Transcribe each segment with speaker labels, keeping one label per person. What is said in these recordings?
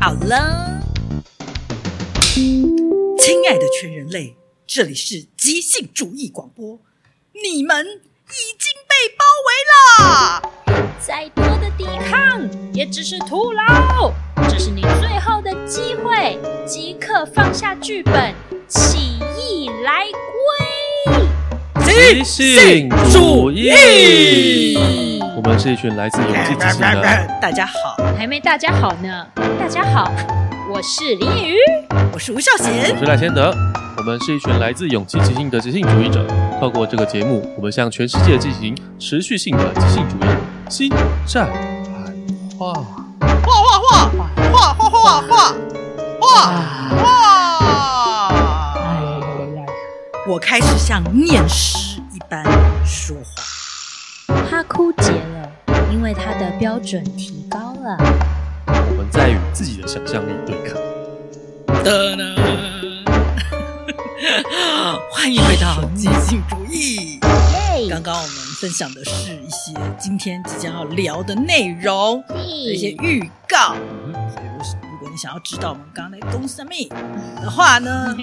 Speaker 1: 好了，亲爱的全人类，这里是即兴主义广播，你们已经被包围啦！
Speaker 2: 再多的抵抗也只是徒劳。这是你最后的机会，即刻放下剧本，起义来归。
Speaker 3: 即兴主义。我们是一群来自勇气之星的，
Speaker 1: 大家好，
Speaker 2: 还没大家好呢，大家好，我是林雨瑜。
Speaker 1: 我是吴孝
Speaker 3: 我
Speaker 1: 贤，
Speaker 3: 是赖先德。我们是一群来自勇气之星的即兴主义者。透过这个节目，我们向全世界进行持续性的即兴主义新战喊话。
Speaker 1: 画画画画画画，我开始像念诗一般说话。
Speaker 2: 他枯竭了，因为他的标准提高了。
Speaker 3: 我们在与自己的想象力对抗。
Speaker 1: 的呢？ 欢迎回到即兴主义。
Speaker 2: 耶
Speaker 1: 刚刚我们分享的是一些今天即将要聊的内容，有一些预告。
Speaker 2: 嗯
Speaker 1: 所以，如果你想要知道我们刚刚在攻什么的话呢，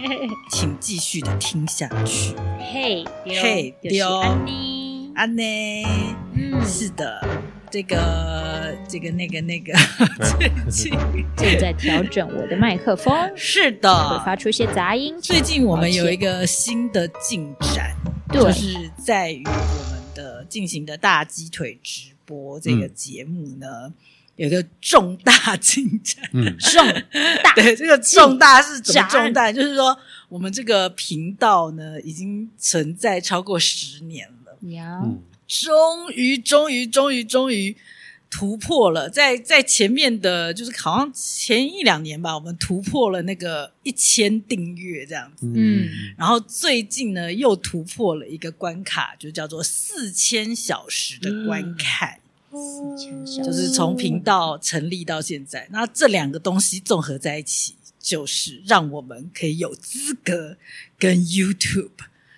Speaker 1: 请继续的听下去。
Speaker 2: 嘿丢
Speaker 1: 嘿
Speaker 2: 就
Speaker 1: 丢
Speaker 2: 是安妮。
Speaker 1: 安内，
Speaker 2: 嗯，
Speaker 1: 是的，这个这个那个那个， 最近
Speaker 2: 正在调整我的麦克风，
Speaker 1: 是
Speaker 2: 会
Speaker 1: 的，
Speaker 2: 发出一些杂音。
Speaker 1: 最近我们有一个新的进展，
Speaker 2: 对
Speaker 1: 就是在于我们的进行的大鸡腿直播这个节目呢，有一个重大进展。
Speaker 3: 嗯，
Speaker 2: 重大
Speaker 1: 对，这个重大是怎么
Speaker 2: 进展
Speaker 1: 重大？就是说，我们这个频道呢，已经存在超过十年了，
Speaker 2: 呀，
Speaker 3: 嗯
Speaker 1: 终于，终于，终于，终于突破了。在在前面的，就是好像前一两年吧，我们突破了那个一千订阅这样子。
Speaker 2: 嗯
Speaker 1: 然后最近呢，又突破了一个关卡，就叫做四千小时的观看，
Speaker 2: 就
Speaker 1: 就是从频道成立到现在。那这两个东西综合在一起，就是让我们可以有资格跟 YouTube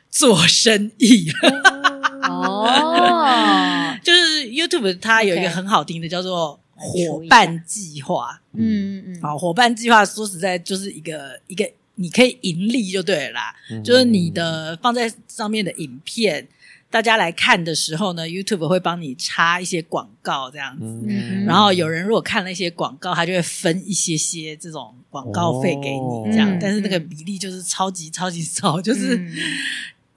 Speaker 1: 做生意了。
Speaker 2: 哦，
Speaker 1: 就是 YouTube 它有一个
Speaker 2: OK
Speaker 1: 很好听的叫做伙伴计划。
Speaker 2: 嗯嗯嗯，
Speaker 1: 好，伙伴计划说实在就是一个一个你可以盈利就对了啦。
Speaker 3: 嗯
Speaker 1: 就是你的放在上面的影片，大家来看的时候呢，YouTube 会帮你插一些广告这样子。
Speaker 2: 嗯
Speaker 1: 然后有人如果看了一些广告，他就会分一些些这种广告费给你，这样，
Speaker 2: 哦
Speaker 1: 但是那个比例就是超级超级少，就是、
Speaker 2: 嗯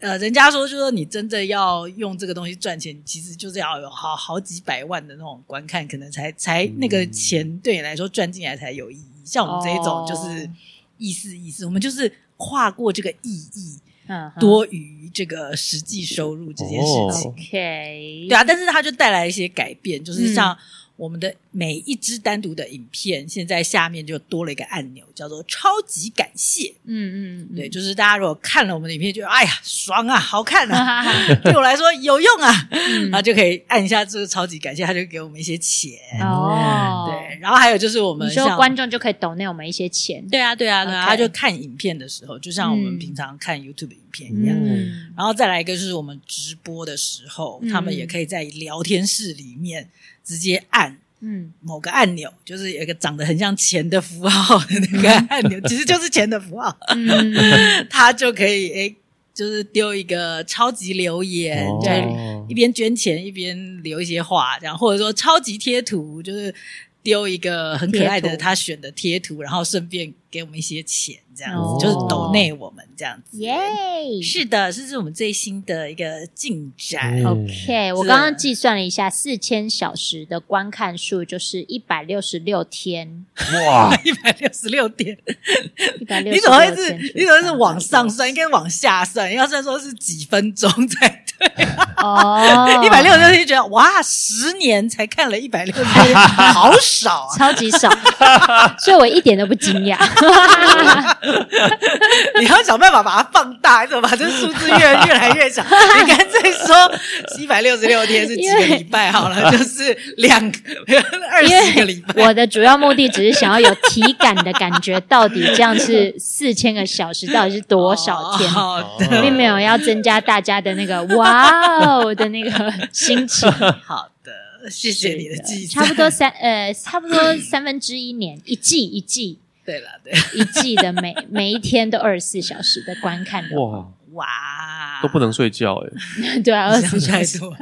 Speaker 1: 呃，人家说就说你真的要用这个东西赚钱，其实就是要有好好几百万的那种观看，可能才才
Speaker 3: 嗯
Speaker 1: 那个钱对你来说赚进来才有意义。像我们这一种
Speaker 2: 哦
Speaker 1: 就是意思意思，我们就是跨过这个意义，
Speaker 2: 嗯哼
Speaker 1: 多于这个实际收入这件事情。
Speaker 3: 哦
Speaker 2: OK，
Speaker 1: 对啊，但是它就带来一些改变，就是
Speaker 2: 嗯
Speaker 1: 像我们的每一支单独的影片，现在下面就多了一个按钮，叫做“超级感谢”。
Speaker 2: 嗯嗯嗯，
Speaker 1: 对，就是大家如果看了我们的影片，就哎呀爽啊，好看
Speaker 2: 哈
Speaker 1: 啊，
Speaker 2: 哈哈，
Speaker 1: 对我来说有用啊，
Speaker 2: 嗯
Speaker 1: 然后就可以按一下这个“超级感谢”，他就给我们一些钱。
Speaker 2: 哦，
Speaker 1: 对，，然后还有就是我们
Speaker 2: 你说
Speaker 1: 像
Speaker 2: 观众就可以抖内我们一些钱，
Speaker 1: 对啊对啊对啊，
Speaker 2: OK
Speaker 1: 他就看影片的时候，就像我们
Speaker 2: 嗯
Speaker 1: 平常看 YouTube 影片一样。
Speaker 2: 嗯，
Speaker 1: 然后再来一个就是我们直播的时候，
Speaker 2: 嗯
Speaker 1: 他们也可以在聊天室里面直接按
Speaker 2: 嗯
Speaker 1: 某个按钮，就是有一个长得很像钱的符号的那个按 钮，其实就是钱的符号，
Speaker 2: 嗯，
Speaker 1: 他就可以诶，就是丢一个超级留言，
Speaker 3: 哦
Speaker 1: 就是
Speaker 2: 对
Speaker 1: 一边捐钱一边留一些话，这样或者说超级贴图，就是丢一个很可爱
Speaker 2: 贴
Speaker 1: 的
Speaker 2: 图
Speaker 1: 他选的贴图，然后顺便给我们一些钱，这样子、
Speaker 2: 哦
Speaker 1: 就是抖内我们这样子。
Speaker 2: 耶
Speaker 1: 是的，这是我们最新的一个进展。
Speaker 3: 嗯
Speaker 2: ，OK，我刚刚计算了一下，四千小时的观看数就是一百六十六天，
Speaker 3: 哇，
Speaker 1: 一百六十六点，
Speaker 2: 一百六，
Speaker 1: 你怎么会是？你怎么会是往上算？应该往下算。要算说是几分钟才 对。
Speaker 2: 哦，
Speaker 1: 一百六十六天，觉得哇，十年才看了一百六 十六天，好少啊！
Speaker 2: 超级 少，所以我一点都不惊讶。
Speaker 1: 你要想办法把它放大，你怎么把这数字越越来越小？你干脆说一百六十六天是几个礼拜好了，就是两个二
Speaker 2: 因
Speaker 1: 十个礼
Speaker 2: 为
Speaker 1: 拜。
Speaker 2: 我的主要目的只是想要有体感的感觉， 到底这样是四千个小时，到底是多少天？
Speaker 1: 哦
Speaker 3: 对
Speaker 2: 并没 有要增加大家的那个哇哦的那个心情。
Speaker 1: 好的，谢谢你的记忆，
Speaker 2: 差不多。三呃，差不多三分之一年，一季一季
Speaker 1: 对了，对，
Speaker 2: 一季的每每一天都二十四小时的观看的，
Speaker 3: 哇，
Speaker 1: 哇，
Speaker 3: 都不能睡觉哎、
Speaker 2: 对啊，二十
Speaker 1: 想
Speaker 2: 四
Speaker 1: 太
Speaker 2: 小时。
Speaker 1: 多。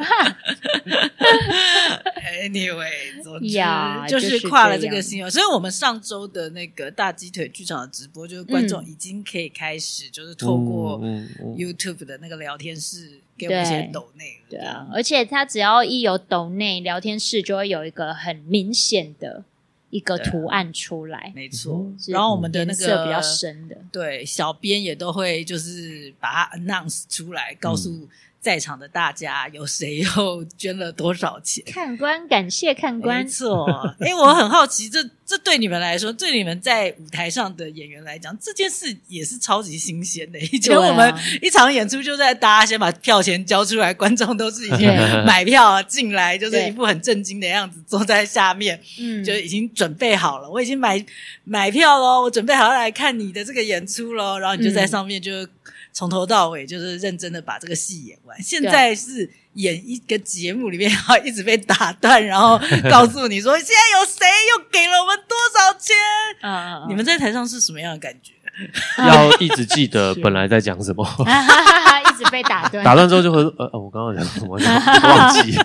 Speaker 1: anyway，总
Speaker 2: 呀
Speaker 1: 之就
Speaker 2: 就是是
Speaker 1: 跨了
Speaker 2: 这
Speaker 1: 这个
Speaker 2: 样
Speaker 1: 星球，所以我们上周的那个大鸡腿剧场的直播，就是观
Speaker 2: 嗯
Speaker 1: 众已经可以开始，就是透过
Speaker 3: 嗯嗯嗯
Speaker 1: YouTube 的那个聊天室给我们一些抖内了，
Speaker 2: 对啊，而且他只要一有抖内聊天室，就会有一个很明显的一个
Speaker 1: 对啊
Speaker 2: 图案出来，
Speaker 1: 没错
Speaker 3: 嗯。
Speaker 2: 是
Speaker 1: 然后我们的那
Speaker 2: 颜
Speaker 1: 个
Speaker 2: 色比较深 的，
Speaker 1: 对，小编也都会就是把它 announce 出来，告
Speaker 2: 嗯
Speaker 1: 诉在场的大家有谁又捐了多少钱。
Speaker 2: 看官感谢看
Speaker 1: 没
Speaker 2: 官，
Speaker 1: 错，哎、我很好奇，这这对你们来说，对你们在舞台上的演员来讲，这件事也是超级新鲜的。以前
Speaker 2: 对啊
Speaker 1: 我们一场演出就在大家先把票钱交出来，观众都是已经
Speaker 2: 对
Speaker 1: 买票进来，就是
Speaker 2: 对
Speaker 1: 一副很震惊的样子，坐在下面
Speaker 2: 嗯，
Speaker 1: 就已经准备好了，我已经买买票喽，我准备好要来看你的这个演出喽，然后你就在
Speaker 2: 嗯
Speaker 1: 上面就从头到尾就是认真的把这个戏演完。现
Speaker 2: 对
Speaker 1: 在是演一个节目里面， 然后一直被打断，然后告诉你说现在有谁又给了我们多少钱？
Speaker 2: 嗯嗯嗯
Speaker 1: 你们在台上是什么样的感觉？
Speaker 2: 啊
Speaker 3: 要一直 记得本来在讲什么，
Speaker 2: 一直被打 断。
Speaker 3: 打断之后就会呃呃，我刚刚讲什么忘 记，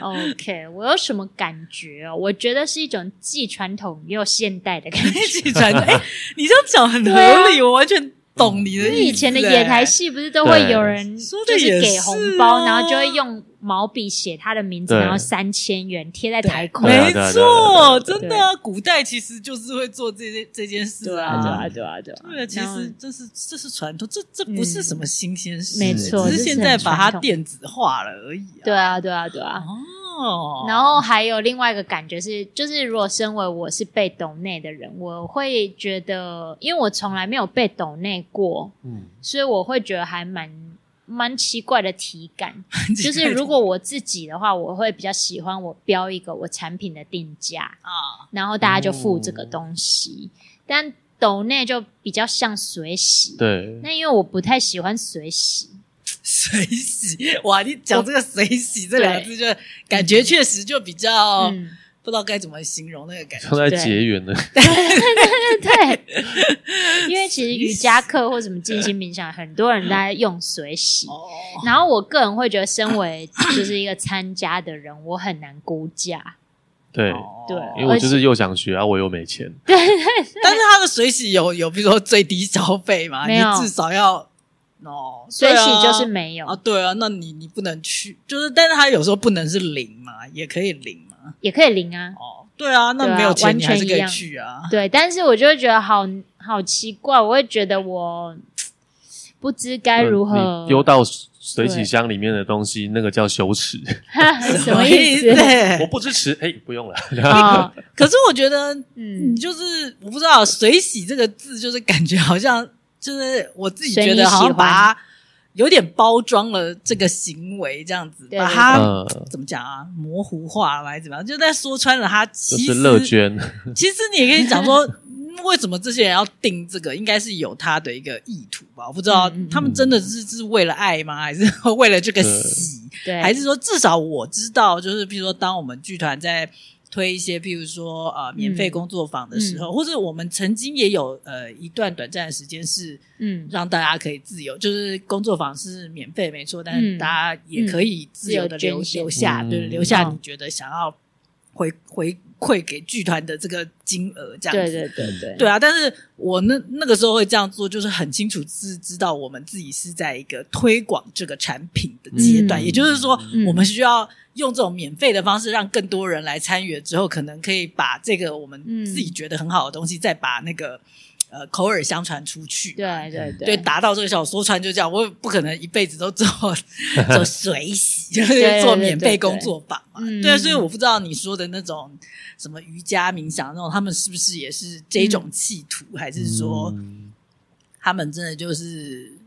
Speaker 2: OK，我有什么感觉哦？我觉得是一种既传统又现代的感 觉。
Speaker 1: 一起传哎，你这样讲很合理，我完全懂你的
Speaker 2: 啊嗯因
Speaker 1: 意
Speaker 2: 为
Speaker 1: 思。
Speaker 2: 以前的野台
Speaker 1: 哎
Speaker 2: 戏不是都会有人
Speaker 1: 说
Speaker 2: 就
Speaker 1: 得也
Speaker 2: 是
Speaker 1: 是
Speaker 2: 给红包，
Speaker 1: 哦
Speaker 2: 然后就会用毛笔写他的名字，
Speaker 3: 对
Speaker 2: 然后三千元贴在台口。
Speaker 3: 对啊
Speaker 1: 没
Speaker 3: 对啊对啊
Speaker 1: 错，
Speaker 3: 对
Speaker 2: 啊对啊
Speaker 1: 真的啊，古代其实就是会做这件这件事
Speaker 2: 对
Speaker 1: 啊
Speaker 2: 啊，
Speaker 3: 嗯
Speaker 2: 对啊，对啊，对啊。
Speaker 1: 对啊，其
Speaker 2: 然后嗯
Speaker 1: 实这是这是传统，这这不是什么新鲜事，
Speaker 2: 没
Speaker 3: 错
Speaker 1: 只
Speaker 3: 这
Speaker 1: 是
Speaker 3: 是
Speaker 1: 现在
Speaker 2: 很
Speaker 1: 把
Speaker 2: 传
Speaker 1: 它
Speaker 2: 统
Speaker 1: 电子化了而已、啊。
Speaker 2: 对，啊，对啊，对啊。
Speaker 1: 哦，
Speaker 2: 然后还有另外一个感觉是，就是如果身为我是被抖内的人，我会觉得，因为我从来没有被抖内过，
Speaker 3: 嗯，
Speaker 2: 所以我会觉得还蛮蛮 奇怪的体感。就
Speaker 1: 这
Speaker 2: 是如果我自己的话，我会比较喜欢我标一个我产品的定价，
Speaker 1: 啊，
Speaker 2: 然后大家就付这个东西。但抖内就比较像水洗，
Speaker 3: 对，
Speaker 2: 那因为我不太喜欢水洗，
Speaker 1: 水洗哇，你讲这个水洗这
Speaker 2: 对
Speaker 1: 两个字，就感觉确实就比较、
Speaker 2: 嗯，
Speaker 1: 不知道该怎么形容那个感觉
Speaker 3: 正。在结缘 的，
Speaker 2: 对，因为其实瑜伽课或什么静心冥想，很多人在用水洗。
Speaker 1: 哦，
Speaker 2: 然后我个人会觉得，身为就是一个参加的人，我很难估价。
Speaker 3: 对，
Speaker 1: 哦
Speaker 2: 对
Speaker 3: 因为我就是又想学啊，我又没钱，
Speaker 1: 但是它的水洗有有，比如说最低消费嘛，
Speaker 2: 没
Speaker 1: 你
Speaker 2: 有
Speaker 1: 至少要哦，
Speaker 2: 水洗
Speaker 1: 对啊
Speaker 2: 就是没有，
Speaker 1: 啊，对啊，那你你不能去，就是，但是它有时候不能是零嘛，也可以零嘛。
Speaker 2: 也可以零啊。
Speaker 1: 哦，对啊，
Speaker 2: 对
Speaker 1: 那
Speaker 2: 啊
Speaker 1: 没有钱
Speaker 2: 完
Speaker 1: 你还是
Speaker 2: 全
Speaker 1: 可
Speaker 2: 一
Speaker 1: 以
Speaker 2: 样
Speaker 1: 去啊。
Speaker 2: 对，但是我就会觉得好好奇怪，我会觉得我不知该如
Speaker 3: 嗯
Speaker 2: 何
Speaker 3: 你丢到水洗箱里面的东西，那个叫羞耻，
Speaker 2: 哎 什么意思？
Speaker 3: 我不支持，哎，不用了，
Speaker 2: 哦，
Speaker 1: 可是我觉得，
Speaker 2: 嗯
Speaker 1: 你，就是我不知道“水洗”这个字，就是感觉好像就是我自己
Speaker 2: 随
Speaker 1: 觉
Speaker 2: 你
Speaker 1: 得好
Speaker 2: 喜
Speaker 1: 像把
Speaker 2: 欢
Speaker 1: 它有点包装了这个行为，这样子
Speaker 2: 对
Speaker 1: 把
Speaker 2: 对
Speaker 1: 它。
Speaker 3: 嗯，
Speaker 1: 怎么讲啊？模糊化了还是怎么样？就在说穿了它，
Speaker 3: 就
Speaker 1: 其
Speaker 3: 是
Speaker 1: 实
Speaker 3: 乐捐，
Speaker 1: 其实你也可以讲说， 嗯为什么这些人要定这个，应该是有他的一个意图吧？我不知道、
Speaker 2: 嗯嗯嗯
Speaker 1: 他们真的是是为了爱吗？还是 为了这个
Speaker 3: 对
Speaker 1: 喜？
Speaker 2: 对，
Speaker 1: 还是说至少我知道，就是譬如说，当我们剧团在推一些譬如说呃免费工作坊的
Speaker 2: 嗯
Speaker 1: 时候，或者我们曾经也有呃一段短暂的时间是
Speaker 2: 嗯，
Speaker 1: 让大家可以自由，就是工作坊是免费没错，但是
Speaker 2: 嗯
Speaker 1: 大家也可以自由的
Speaker 2: 自由
Speaker 1: 留、
Speaker 2: 捐献
Speaker 1: 留下，
Speaker 3: 嗯
Speaker 1: 对，留下
Speaker 2: 嗯
Speaker 1: 你觉得想要回回馈给剧团的这个金额这样子。
Speaker 2: 对对对对
Speaker 1: 对啊，但是我那那个时候会这样做，就是很清楚是知道我们自己是在一个推广这个产品的阶段，
Speaker 2: 嗯
Speaker 1: 也就是说，
Speaker 2: 嗯
Speaker 1: 我们需要用这种免费的方式，让更多人来参与之后，可能可以把这个我们
Speaker 2: 嗯
Speaker 1: 自己觉得很好的东西，再把那个呃口耳相传出去。
Speaker 2: 对对
Speaker 1: 对，啊达到这个效果，说穿就这样，我 也不可能一辈子都做 做水洗， 就是
Speaker 2: 对
Speaker 1: 做
Speaker 2: 对
Speaker 1: 免费
Speaker 2: 对对
Speaker 1: 工作坊嘛。
Speaker 2: 嗯
Speaker 1: 对，所以我不知道你说的那种什么瑜伽冥想那种，他们是不是也是这种企图，还是说
Speaker 3: 嗯
Speaker 1: 他们真的就是
Speaker 2: 嗯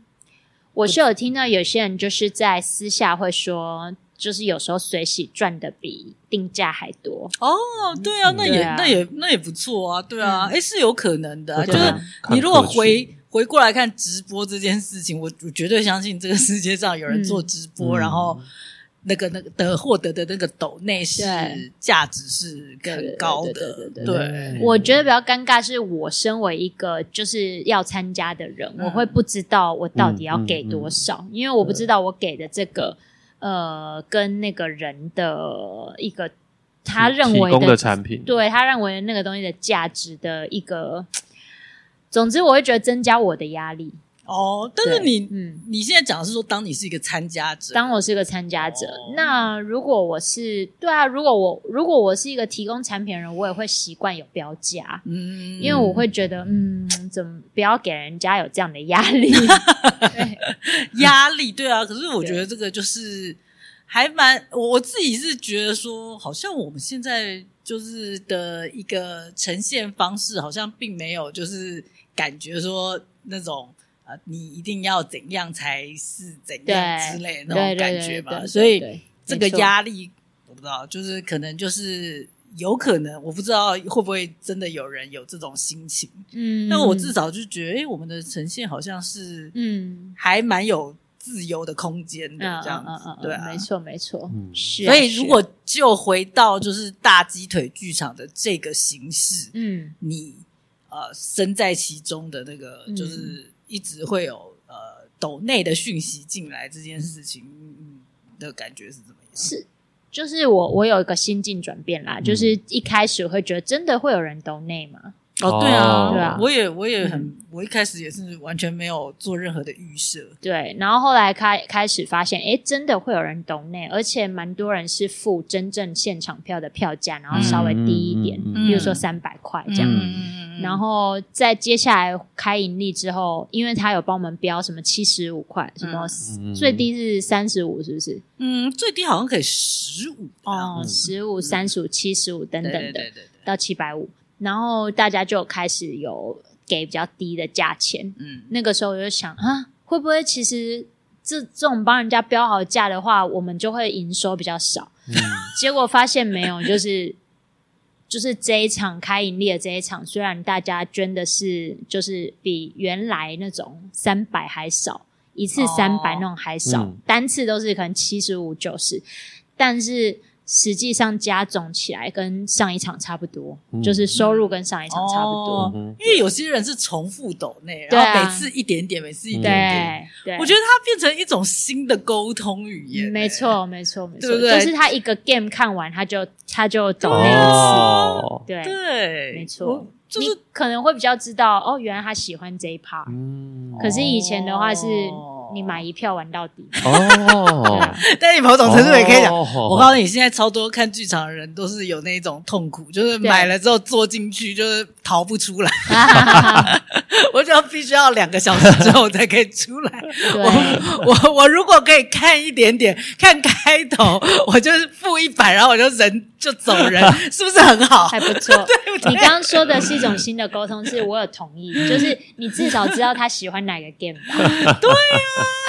Speaker 2: 我是有听到有些人就是在私下会说，就是有时候水洗赚的比定价还多，
Speaker 1: 哦，对啊，那也、
Speaker 2: 对啊
Speaker 1: 那也那也不错啊，对啊，
Speaker 2: 嗯
Speaker 1: 哎、是有可能的啊、就
Speaker 2: 对啊
Speaker 1: 是你如果
Speaker 3: 看过去
Speaker 1: 回。回过来看直播这件事情，我我绝对相信这个世界上有人
Speaker 2: 嗯
Speaker 1: 做直播，
Speaker 3: 嗯
Speaker 1: 然后那个那个的获得的那个斗内是
Speaker 2: 对
Speaker 1: 价值是更高
Speaker 2: 对对
Speaker 1: 的，
Speaker 2: 对对
Speaker 1: 对
Speaker 3: 嗯
Speaker 2: 我觉得比较尴尬是我身为一个就是要参加的人，
Speaker 1: 嗯
Speaker 2: 我会不知道我到底要
Speaker 3: 嗯
Speaker 2: 给多少，因为我不知道我给的这个呃跟那个人的一个他认为
Speaker 3: 提供
Speaker 2: 的
Speaker 3: 的产品，
Speaker 2: 对他认为的那个东西的价值的一个，总之我会觉得增加我的压力。
Speaker 1: 哦，但是
Speaker 2: 对
Speaker 1: 你
Speaker 2: 嗯，
Speaker 1: 你现在讲的是说，当你是一个参加者，
Speaker 2: 当我是个参加者，
Speaker 1: 哦
Speaker 2: 那如果我是对啊，如果我如果我是一个提供产品的人，我也会习惯有标价。
Speaker 1: 嗯，
Speaker 2: 因为我会觉得，嗯，怎么不要给人家有这样的压力？对
Speaker 1: 压力，对啊。可是我
Speaker 2: 对
Speaker 1: 觉得这个就是还蛮，我我自己是觉得说，好像我们现在就是的一个呈现方式，好像并没有就是感觉说那种。啊，你一定要怎样才是怎样
Speaker 2: 对
Speaker 1: 之类的那
Speaker 2: 对对
Speaker 1: 种感
Speaker 2: 对
Speaker 1: 觉
Speaker 2: 对
Speaker 1: 吧，
Speaker 2: 对
Speaker 1: 所以
Speaker 2: 对
Speaker 1: 这个
Speaker 2: 没错
Speaker 1: 压力，我不知道，就是可能就是有可能，我不知道会不会真的有人有这种心情。
Speaker 2: 嗯，
Speaker 1: 但我至少就觉得，哎、我们的呈现好像是
Speaker 2: 嗯
Speaker 1: 还蛮有自由的空间的
Speaker 2: 嗯
Speaker 1: 这样
Speaker 2: 嗯
Speaker 1: 子，
Speaker 2: 嗯嗯，
Speaker 1: 对啊。
Speaker 2: 没错没错，
Speaker 3: 嗯
Speaker 2: 是啊。
Speaker 1: 所以如果
Speaker 2: 是啊
Speaker 1: 就回到就是大鸡腿剧场的这个形式，
Speaker 2: 嗯
Speaker 1: 你呃身在其中的那个，
Speaker 2: 嗯
Speaker 1: 就是一直会有呃抖内的讯息进来这件事情，嗯嗯的感觉是怎么样？
Speaker 2: 是。就是我，我有一个心境转变啦，就是
Speaker 1: 嗯
Speaker 2: 一开始会觉得真的会有人 donate 吗？
Speaker 1: 哦，对啊，
Speaker 3: 哦
Speaker 2: 对啊
Speaker 1: 我也我也很，我一开始也是完全没有做任何的预设，
Speaker 2: 对，然后后来开开始发现，诶，真的会有人 donate，而且蛮多人是付真正现场票的票价，然后稍微低一点，
Speaker 3: 嗯嗯
Speaker 1: 嗯
Speaker 2: 比如说三百块这样
Speaker 3: 嗯
Speaker 2: 然后在接下来开盈利之后，因为他有帮我们标什么七十五块，什么
Speaker 3: 嗯
Speaker 2: 最低是三十五，是不是？
Speaker 1: 嗯，最低好像可以十五
Speaker 2: 哦，十五、三十五、七十五等
Speaker 1: 对
Speaker 2: 等
Speaker 1: 对
Speaker 2: 的，
Speaker 1: 对对对，
Speaker 2: 到七百五，然后大家就开始有给比较低的价钱。
Speaker 1: 嗯，
Speaker 2: 那个时候我就想啊，会不会其实这这种帮人家标好价的话，我们就会营收比较少？结果发现没有，就是 就是这一场开盈利的这一场，虽然大家捐的是就是比原来那种三百还少，一次
Speaker 1: 哦
Speaker 2: 三百那种还少，
Speaker 3: 嗯
Speaker 2: 单次都是可能七十五九十，但是。实际上加总起来跟上一场差不多，
Speaker 3: 嗯
Speaker 2: 就是收入跟上一场差不
Speaker 1: 哦
Speaker 2: 多。
Speaker 3: 嗯
Speaker 1: 因为有些人是重复抖内，
Speaker 2: 对啊
Speaker 1: 然后每次一点点，每次一点点，
Speaker 2: 对对，嗯
Speaker 1: 我觉得它变成一种新的沟通语言，
Speaker 2: 没，错，没错，没错，
Speaker 1: 欸对不对
Speaker 2: 就是他一个 game 看完，他就他就走那个词，
Speaker 3: 哦，
Speaker 2: 对，
Speaker 1: 对，
Speaker 2: 没错
Speaker 1: 我就是
Speaker 2: 你可能会比较知道哦，原来他喜欢这一 part、
Speaker 3: 嗯
Speaker 2: 可是以前的话是
Speaker 1: 哦
Speaker 2: 你买一票玩到 底，对
Speaker 3: 哦
Speaker 2: 啊，
Speaker 1: 但你某种程度也可以讲。我
Speaker 3: 我
Speaker 1: 告诉你，现在超多看剧场的人都是有那种痛苦，就是
Speaker 2: 对
Speaker 1: 买了之后坐进去就是逃不出来， 我就必须要两个小时之后才可以出来。
Speaker 2: 对，
Speaker 1: 我我如果可以看一点点，看开头，我就是付一百，然后我就人就走 人，是不是很好？
Speaker 2: 还不 错。你刚刚说的是一种新的沟通，是我有同 意，就是你至少知道他喜欢哪个 game 吧？对啊，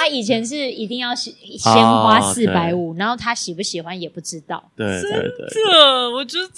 Speaker 2: 他以前是一定要先先
Speaker 1: 啊
Speaker 2: 花
Speaker 3: 哦
Speaker 2: 四百五，然后他喜不喜欢也不知道。
Speaker 3: 对对对，
Speaker 1: 这我觉得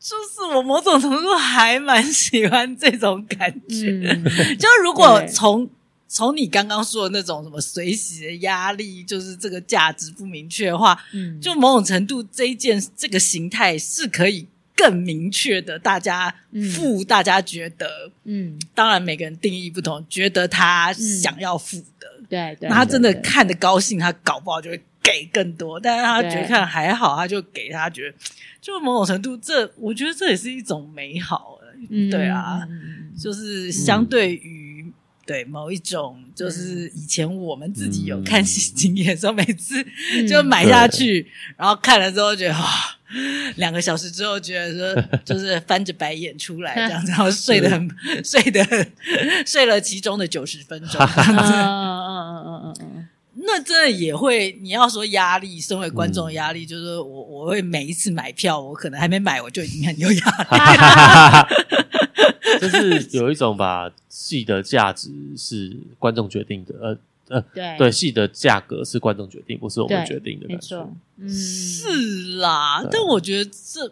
Speaker 1: 就是我某种程度还蛮喜欢这种感觉。
Speaker 2: 嗯，
Speaker 1: 就如果
Speaker 2: 对
Speaker 1: 从从你刚刚说的那种什么随喜的压力，就是这个价值不明确的话，
Speaker 2: 嗯
Speaker 1: 就某种程度这一件这个形态是可以更明确的，大家
Speaker 2: 嗯
Speaker 1: 付，大家觉得
Speaker 2: 嗯，
Speaker 1: 当然每个人定义不同，觉得他想要付的，
Speaker 2: 对对，
Speaker 1: 那他真的
Speaker 2: 对
Speaker 1: 看得高兴，他搞不好就会给更多，但是他觉得
Speaker 2: 对
Speaker 1: 看还好，他就给他觉得，就某种程度这我觉得这也是一种美好，
Speaker 2: 嗯
Speaker 1: 对啊，
Speaker 2: 嗯嗯嗯
Speaker 1: 就是相对于、对某一种，就是以前我们自己有看
Speaker 3: 嗯
Speaker 1: 戏经验的时候，每次
Speaker 2: 嗯
Speaker 1: 就买下去，然后看了之后觉得哇。两个小时之后，觉得说就是翻着白眼出来这样子，然后睡得很 睡得很睡了其中的九十分钟，
Speaker 2: 嗯嗯嗯嗯嗯嗯嗯，
Speaker 1: 那真的也会，你要说压力，身为观众的压
Speaker 2: 嗯
Speaker 1: 力，就是我我会每一次买票，我可能还没买我就已经很有压力。
Speaker 3: 就是有一种把戏的价值是观众决定的，呃呃，
Speaker 2: 对
Speaker 3: 对，戏的价格是观众决定，不是我们
Speaker 2: 对
Speaker 3: 决定的
Speaker 2: 没
Speaker 3: 感觉。
Speaker 2: 错，嗯， 啊
Speaker 1: 是啦
Speaker 3: 对，
Speaker 1: 但我觉得这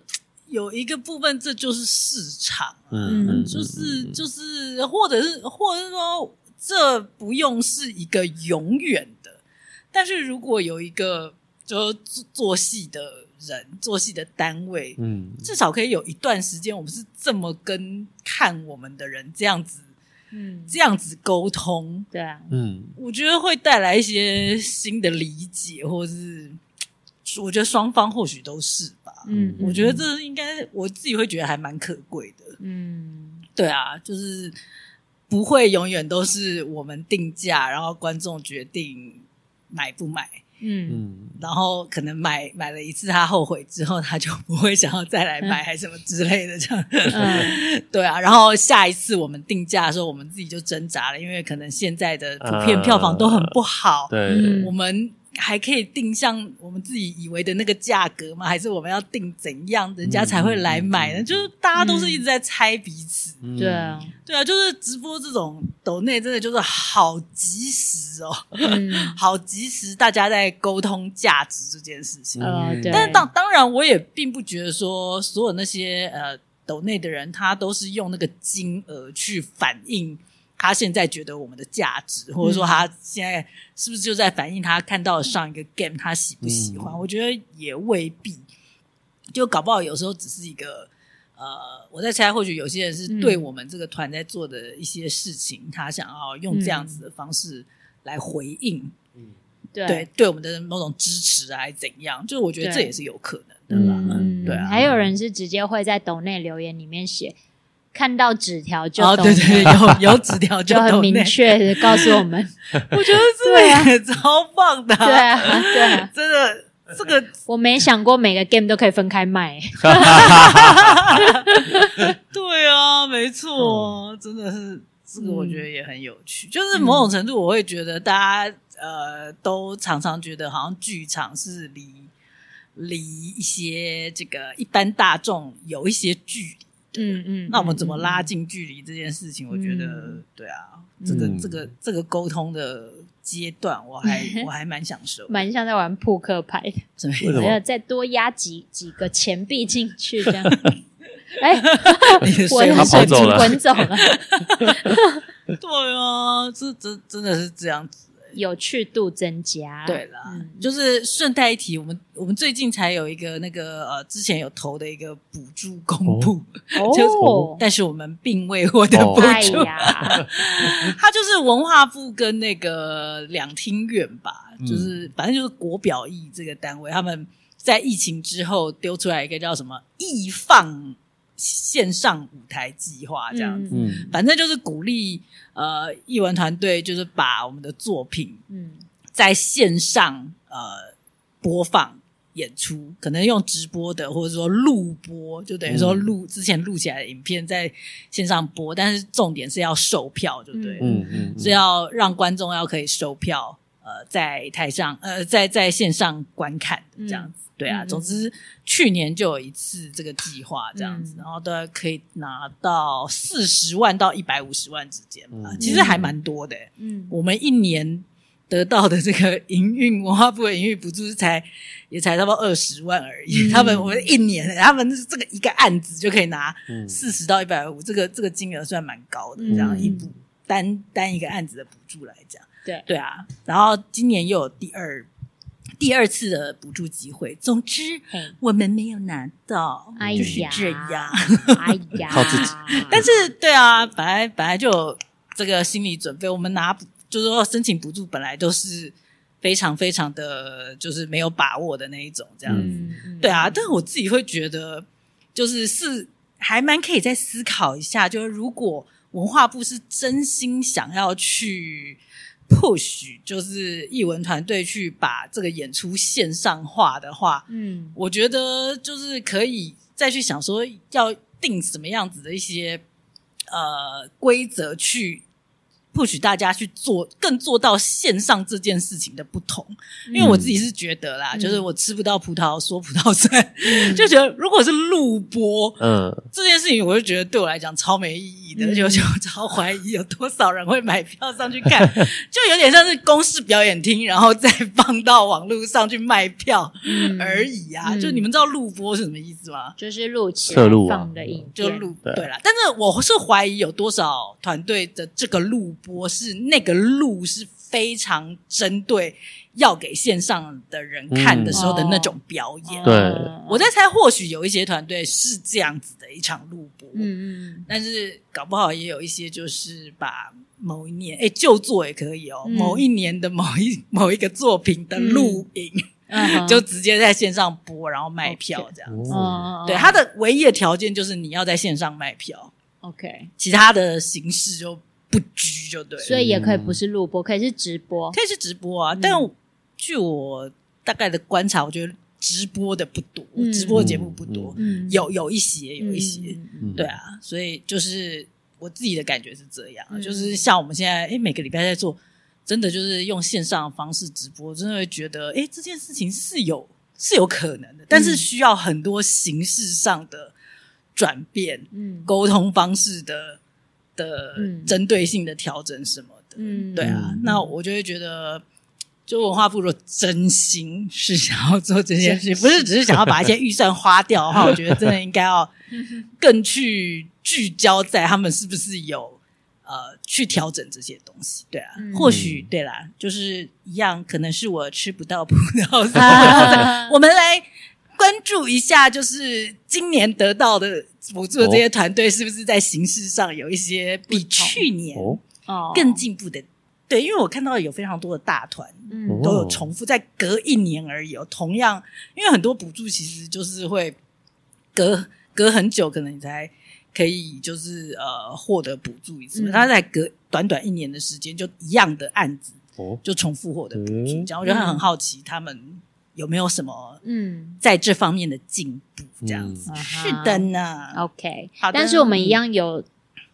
Speaker 1: 有一个部分，这就是市场啊，
Speaker 2: 嗯
Speaker 1: 就是就是，或者是或者是说，这不用是一个永远的，但是如果有一个就是做做戏的人、做戏的单位，
Speaker 3: 嗯，
Speaker 1: 至少可以有一段时间，我们是这么跟看我们的人这样子
Speaker 2: 嗯，
Speaker 1: 这样子沟通，
Speaker 2: 对啊，
Speaker 3: 嗯
Speaker 1: 我觉得会带来一些新的理解，或是我觉得双方或许都是吧。
Speaker 2: 嗯，
Speaker 1: 我觉得，这应该我自己会觉得还蛮可贵的。
Speaker 2: 嗯
Speaker 1: 对啊，就是不会永远都是我们定价，然后观众决定买不买。
Speaker 2: 嗯
Speaker 3: 嗯
Speaker 1: 然后可能买买了一次，他后悔之后，他就不会想要再来买，还什么之类的这样。
Speaker 2: 嗯
Speaker 1: 对啊，然后下一次我们定价的时候，我们自己就挣扎了，因为可能现在的普遍票房都很不好，
Speaker 3: 啊对，
Speaker 1: 我们还可以定像我们自己以为的那个价格吗？还是我们要定怎样，人家才会来买呢？
Speaker 3: 嗯
Speaker 1: 就是大家都是一直在猜彼此。
Speaker 3: 嗯
Speaker 2: 对啊，
Speaker 1: 对啊，就是直播这种抖内真的就是好及时哦，
Speaker 2: 嗯，
Speaker 1: 好及时，大家在沟通价值这件事情。
Speaker 2: 呃，
Speaker 3: 嗯
Speaker 2: 对，
Speaker 1: 但是当当然，我也并不觉得说所有那些呃抖内的人，他都是用那个金额去反映他现在觉得我们的价值，或者说他现在是不是就在反映他看到上一
Speaker 2: 嗯
Speaker 1: 个 game 他喜不喜欢？
Speaker 3: 嗯
Speaker 1: 我觉得也未必，就搞不好有时候只是一个。呃，我在猜，或许有些人是
Speaker 2: 嗯
Speaker 1: 对我们这个团在做的一些事情，他想要用这样子的方式来回应，
Speaker 2: 嗯
Speaker 1: 对
Speaker 2: 对，
Speaker 1: 对我们的某种支持啊，还是怎样？就是我觉得这
Speaker 2: 对
Speaker 1: 也是有可能的。
Speaker 2: 嗯，
Speaker 1: 对啊
Speaker 2: 还有人是直接会在抖内留言里面写，看到纸条就
Speaker 1: 哦，
Speaker 2: 抖
Speaker 1: 对
Speaker 2: 内，
Speaker 1: 对，对有有纸 条
Speaker 2: 就很
Speaker 1: 抖内
Speaker 2: 明，确的告诉我们，
Speaker 1: 我觉得这个也超棒的、
Speaker 2: 对啊，对啊，
Speaker 1: 真的这个
Speaker 2: 我没想过每个 game 都可以分开卖，
Speaker 1: 对啊，没错，
Speaker 2: 嗯
Speaker 1: 真的是这个，我觉得也很有趣。就是某种程度，我会觉得大家呃都常常觉得好像剧场是离离一些这个一般大众有一些距离。
Speaker 2: 嗯嗯，
Speaker 1: 那我们怎么
Speaker 2: 嗯
Speaker 1: 拉？近距离这件事情，我觉得
Speaker 2: 嗯
Speaker 1: 对啊，
Speaker 2: 嗯
Speaker 1: 这个
Speaker 3: 嗯
Speaker 1: 这个这个沟通的阶段，我还我还蛮享受的。
Speaker 2: 蛮像在玩扑克牌的，
Speaker 1: 什么意
Speaker 3: 为
Speaker 1: 思
Speaker 3: 什么
Speaker 2: 还有再多压几几个钱币进去 这样。 哎，
Speaker 1: 你的
Speaker 2: 我
Speaker 1: 水
Speaker 2: 的
Speaker 1: 壶
Speaker 3: 他
Speaker 2: 水
Speaker 3: 跑
Speaker 2: 珠
Speaker 3: 走了
Speaker 2: 滚走了，
Speaker 1: 对啊，这真真的是这样子。
Speaker 2: 有趣度增加。
Speaker 3: 哎
Speaker 1: 对啦，
Speaker 2: 嗯
Speaker 1: 就是顺带一提，我们我们最近才有一个那个呃，之前有投的一个补助公布，
Speaker 2: 哦，
Speaker 1: 嗯但是我们并未获得
Speaker 3: 哦
Speaker 1: 补
Speaker 2: 哎
Speaker 1: 助。
Speaker 2: 呀，
Speaker 1: 它就是文化部跟那个两厅院吧，
Speaker 3: 嗯
Speaker 1: 就是反正就是国表艺这个单位，他们在疫情之后丢出来一个叫什么“艺放线上舞台计划”这样子，
Speaker 3: 嗯
Speaker 1: 反正就是鼓励呃艺文团队，就是把我们的作品
Speaker 2: 嗯
Speaker 1: 在线上呃播放。演出可能用直播的，或者说录播，就等于说
Speaker 3: 嗯
Speaker 1: 录、之前录起来的影片在线上播，但是重点是要售票，对不对了？
Speaker 3: 嗯嗯，
Speaker 1: 是要让观众要可以收票，呃，在台上呃，在在线上观看的这样子。对啊，
Speaker 2: 嗯
Speaker 1: 总之去年就有一次这个计划这样子，
Speaker 2: 嗯
Speaker 1: 然后大概可以拿到四十万到一百五十万之间吧，
Speaker 3: 嗯
Speaker 1: 其实还蛮多的、
Speaker 2: 嗯
Speaker 1: 我们一年。得到的这个营运文化部的营运补助才也才差不多二十万而已，
Speaker 2: 嗯
Speaker 1: 他们我们一年，他们这个一个案子就可以拿
Speaker 3: 嗯
Speaker 1: 四十到一百五，这个这个金额算蛮高的，这样
Speaker 2: 嗯
Speaker 1: 一补单单一个案子的补助来讲，
Speaker 2: 对
Speaker 1: 对啊。然后今年又有第二第二次的补助机会，总之
Speaker 2: 嘿
Speaker 1: 我们没有拿到，
Speaker 2: 哎
Speaker 1: 嗯就是
Speaker 2: 呀，
Speaker 1: 这样。
Speaker 2: 哎呀，
Speaker 3: 靠自
Speaker 2: 己
Speaker 1: 但是对啊，本来本来就有这个心理准备，我们拿就是说申请补助本来都是非常非常的就是没有把握的那一种这样子。
Speaker 2: 嗯，
Speaker 1: 对啊，但我自己会觉得，就是是还蛮可以再思考一下，就是如果文化部是真心想要去 push，就是艺文团队去把这个演出线上化的话，
Speaker 2: 嗯
Speaker 1: 我觉得就是可以再去想说要定什么样子的一些呃规则去。push 大家去做，更做到线上这件事情的不同，因为我自己是觉得啦，
Speaker 2: 嗯
Speaker 1: 就是我吃不到葡萄说葡萄酸，
Speaker 2: 嗯
Speaker 1: 就觉得如果是录播
Speaker 3: 嗯
Speaker 1: 这件事情，我就觉得对我来讲超没意义的，
Speaker 2: 嗯
Speaker 1: 而且我就超怀疑有多少人会买票上去看， 就有点像是公式表演厅，然后再放到网络上去卖票
Speaker 2: 嗯
Speaker 1: 而已啊。
Speaker 2: 嗯
Speaker 1: 就你们知道录播是什么意思吗？
Speaker 2: 就是录起来
Speaker 3: 侧录啊
Speaker 2: 放的影片，
Speaker 1: 就录
Speaker 3: 对
Speaker 1: 对啦，但是我是怀疑有多少团队的这个录播是那个录是非常针对要给线上的人看的时候的那种表演。
Speaker 3: 对
Speaker 2: 嗯
Speaker 1: 我在猜，或许有一些团队是这样子的一场录播，
Speaker 2: 嗯嗯
Speaker 1: 但是搞不好也有一些就是把某一年，哎，就做也可以哦，
Speaker 2: 嗯
Speaker 1: 某一年的某一某一个作品的录影，
Speaker 2: 嗯，
Speaker 1: 就直接在线上播，然后卖票这样。
Speaker 3: 哦，
Speaker 2: 哦，
Speaker 1: 对，它的唯一的条件就是你要在线上卖票，
Speaker 2: OK，
Speaker 1: 其他的形式就不拘就对了。
Speaker 2: 所以也可以不是录播，可以是直播。
Speaker 1: 可以是直播啊，
Speaker 2: 嗯
Speaker 1: 但据我大概的观察，我觉得直播的不多，
Speaker 2: 嗯
Speaker 1: 直播节目不多，
Speaker 2: 嗯，
Speaker 1: 有有一些，有一些，
Speaker 2: 嗯嗯
Speaker 3: 嗯
Speaker 1: 对，啊，所以就是我自己的感觉是这样，啊
Speaker 2: 嗯
Speaker 1: 就是像我们现在诶每个礼拜在做，真的就是用线上的方式直播，真的会觉得诶这件事情是有是有可能的，但
Speaker 2: 嗯
Speaker 1: 是需要很多形式上的转变、
Speaker 2: 嗯嗯
Speaker 1: 沟通方式的的
Speaker 2: 嗯
Speaker 1: 针对性的调整什么的。
Speaker 2: 嗯
Speaker 1: 对啊，
Speaker 3: 嗯
Speaker 1: 那我就会觉得，就文化部若真心是想要做这件事，不是只是想要把一些预算花掉 的话，我觉得真的应该要 更去聚焦在他们是不是有呃去调整这些东西。对啊，
Speaker 2: 嗯
Speaker 1: 或许对啦，就是一样，可能是我吃不到葡 萄酸。
Speaker 2: 啊
Speaker 1: 我们来。关注一下，就是今年得到的补助的这些团队，是不是在形式上有一些比去年
Speaker 3: 哦，
Speaker 2: 哦
Speaker 1: 更进步的。对，因为我看到有非常多的大团
Speaker 2: 嗯
Speaker 3: 哦
Speaker 1: 都有重复，在隔一年而已、哦。同样，因为很多补助其实就是会隔隔很久，可能你才可以就是呃获得补助一次
Speaker 2: 嗯。
Speaker 1: 他、在隔短短一年的时间，就一样的案子
Speaker 3: 哦，
Speaker 1: 就重复获得补助，
Speaker 3: 嗯
Speaker 1: 这样我觉得很好奇他们有没有什么
Speaker 2: 嗯
Speaker 1: 在这方面的进步，这样子。
Speaker 3: 嗯
Speaker 1: 是的呢，
Speaker 2: 啊，OK，
Speaker 1: 好的
Speaker 2: 但是我们一样有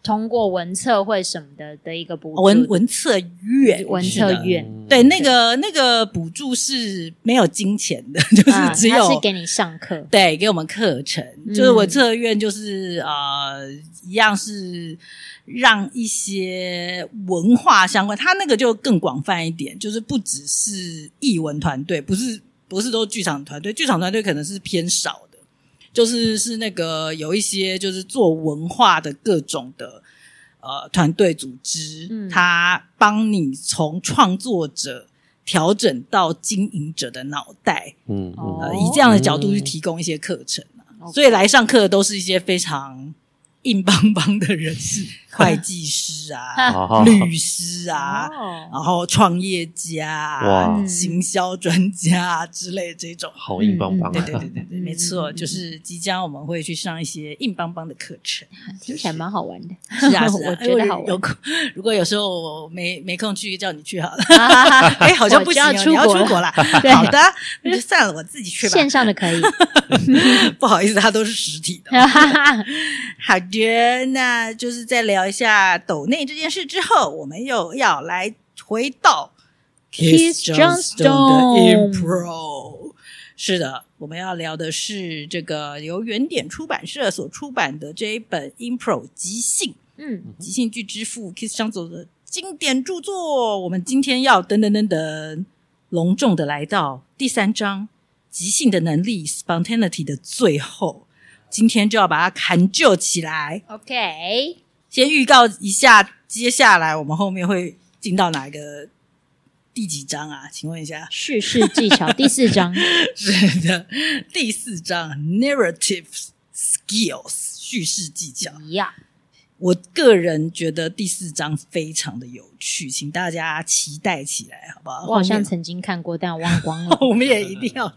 Speaker 2: 通过文测会什么的的一个补助
Speaker 1: 文文策院，
Speaker 2: 文
Speaker 1: 是的
Speaker 2: 策院，
Speaker 1: 对，那个那个补助是没有金钱的， 就是
Speaker 2: 啊
Speaker 1: 只
Speaker 2: 它
Speaker 1: 有、
Speaker 2: 是给你上课，
Speaker 1: 对给我们课程，
Speaker 2: 嗯
Speaker 1: 就是我测院就是呃一样是让一些文化相关，它那个就更广泛一点，就是不只是艺文团队，不是不是都剧场团队，剧场团队可能是偏少的，就是是那个有一些就是做文化的各种的呃团队组织，
Speaker 2: 嗯
Speaker 1: 它帮你从创作者调整到经营者的脑袋，
Speaker 3: 嗯，
Speaker 2: 哦
Speaker 1: 呃，以这样的角度去提供一些课程、啊
Speaker 2: OK
Speaker 1: 所以来上课的都是一些非常硬邦邦的人士，会计 师啊、
Speaker 3: 啊
Speaker 1: 律师啊。
Speaker 2: 哦，
Speaker 1: 然后创业家、啊、
Speaker 2: 嗯
Speaker 3: 哇
Speaker 1: 行销专家、啊、之类的这种，
Speaker 3: 好硬邦邦
Speaker 1: 对
Speaker 3: 啊，
Speaker 1: 对对对对，
Speaker 2: 嗯
Speaker 1: 没错，就是即将我们会去上一些硬邦邦的课 程。
Speaker 2: 听起来蛮好玩的，
Speaker 1: 是啊，是啊
Speaker 2: 我觉得好
Speaker 1: 有
Speaker 2: 玩。
Speaker 1: 空，如果有时候我没没空去，叫你去好 了。
Speaker 2: 哈哈哈
Speaker 1: 哎，好像不行哦，
Speaker 2: 我就要出
Speaker 1: 你要
Speaker 2: 国
Speaker 1: 出国啦。
Speaker 2: 对
Speaker 1: 好的，那就算了，我自己去吧。
Speaker 2: 线上的可 以，
Speaker 1: 不好意思，它都是实体的。
Speaker 2: 哈哈哈
Speaker 1: 好的，那就是在聊一下抖内这件事之后，我们又要来回到
Speaker 2: Kiss Johnstone
Speaker 1: 的 Impro。是的，我们要聊的是这个由原点出版社所出版的这一本 Impro 即兴
Speaker 2: 嗯，
Speaker 1: 即兴剧之父 Kiss Johnstone 的经典著作。我们今天要等等等等，隆重的来到第三章即兴的能力 （spontaneity） 的最后，今天就要把它砍救起来。
Speaker 2: OK，
Speaker 1: 先预告一下，接下来我们后面会进到哪一个第几章啊？请问一下，
Speaker 2: 叙事技巧第四 章，
Speaker 1: 是的， 第四章 narrative skills 叙事技巧。
Speaker 2: 呀，
Speaker 1: 我个人觉得第四章非常的有趣，请大家期待起来，好不好？
Speaker 2: 我好像
Speaker 1: 后面。
Speaker 2: 曾经看过，但我忘光了
Speaker 1: 我们也一定要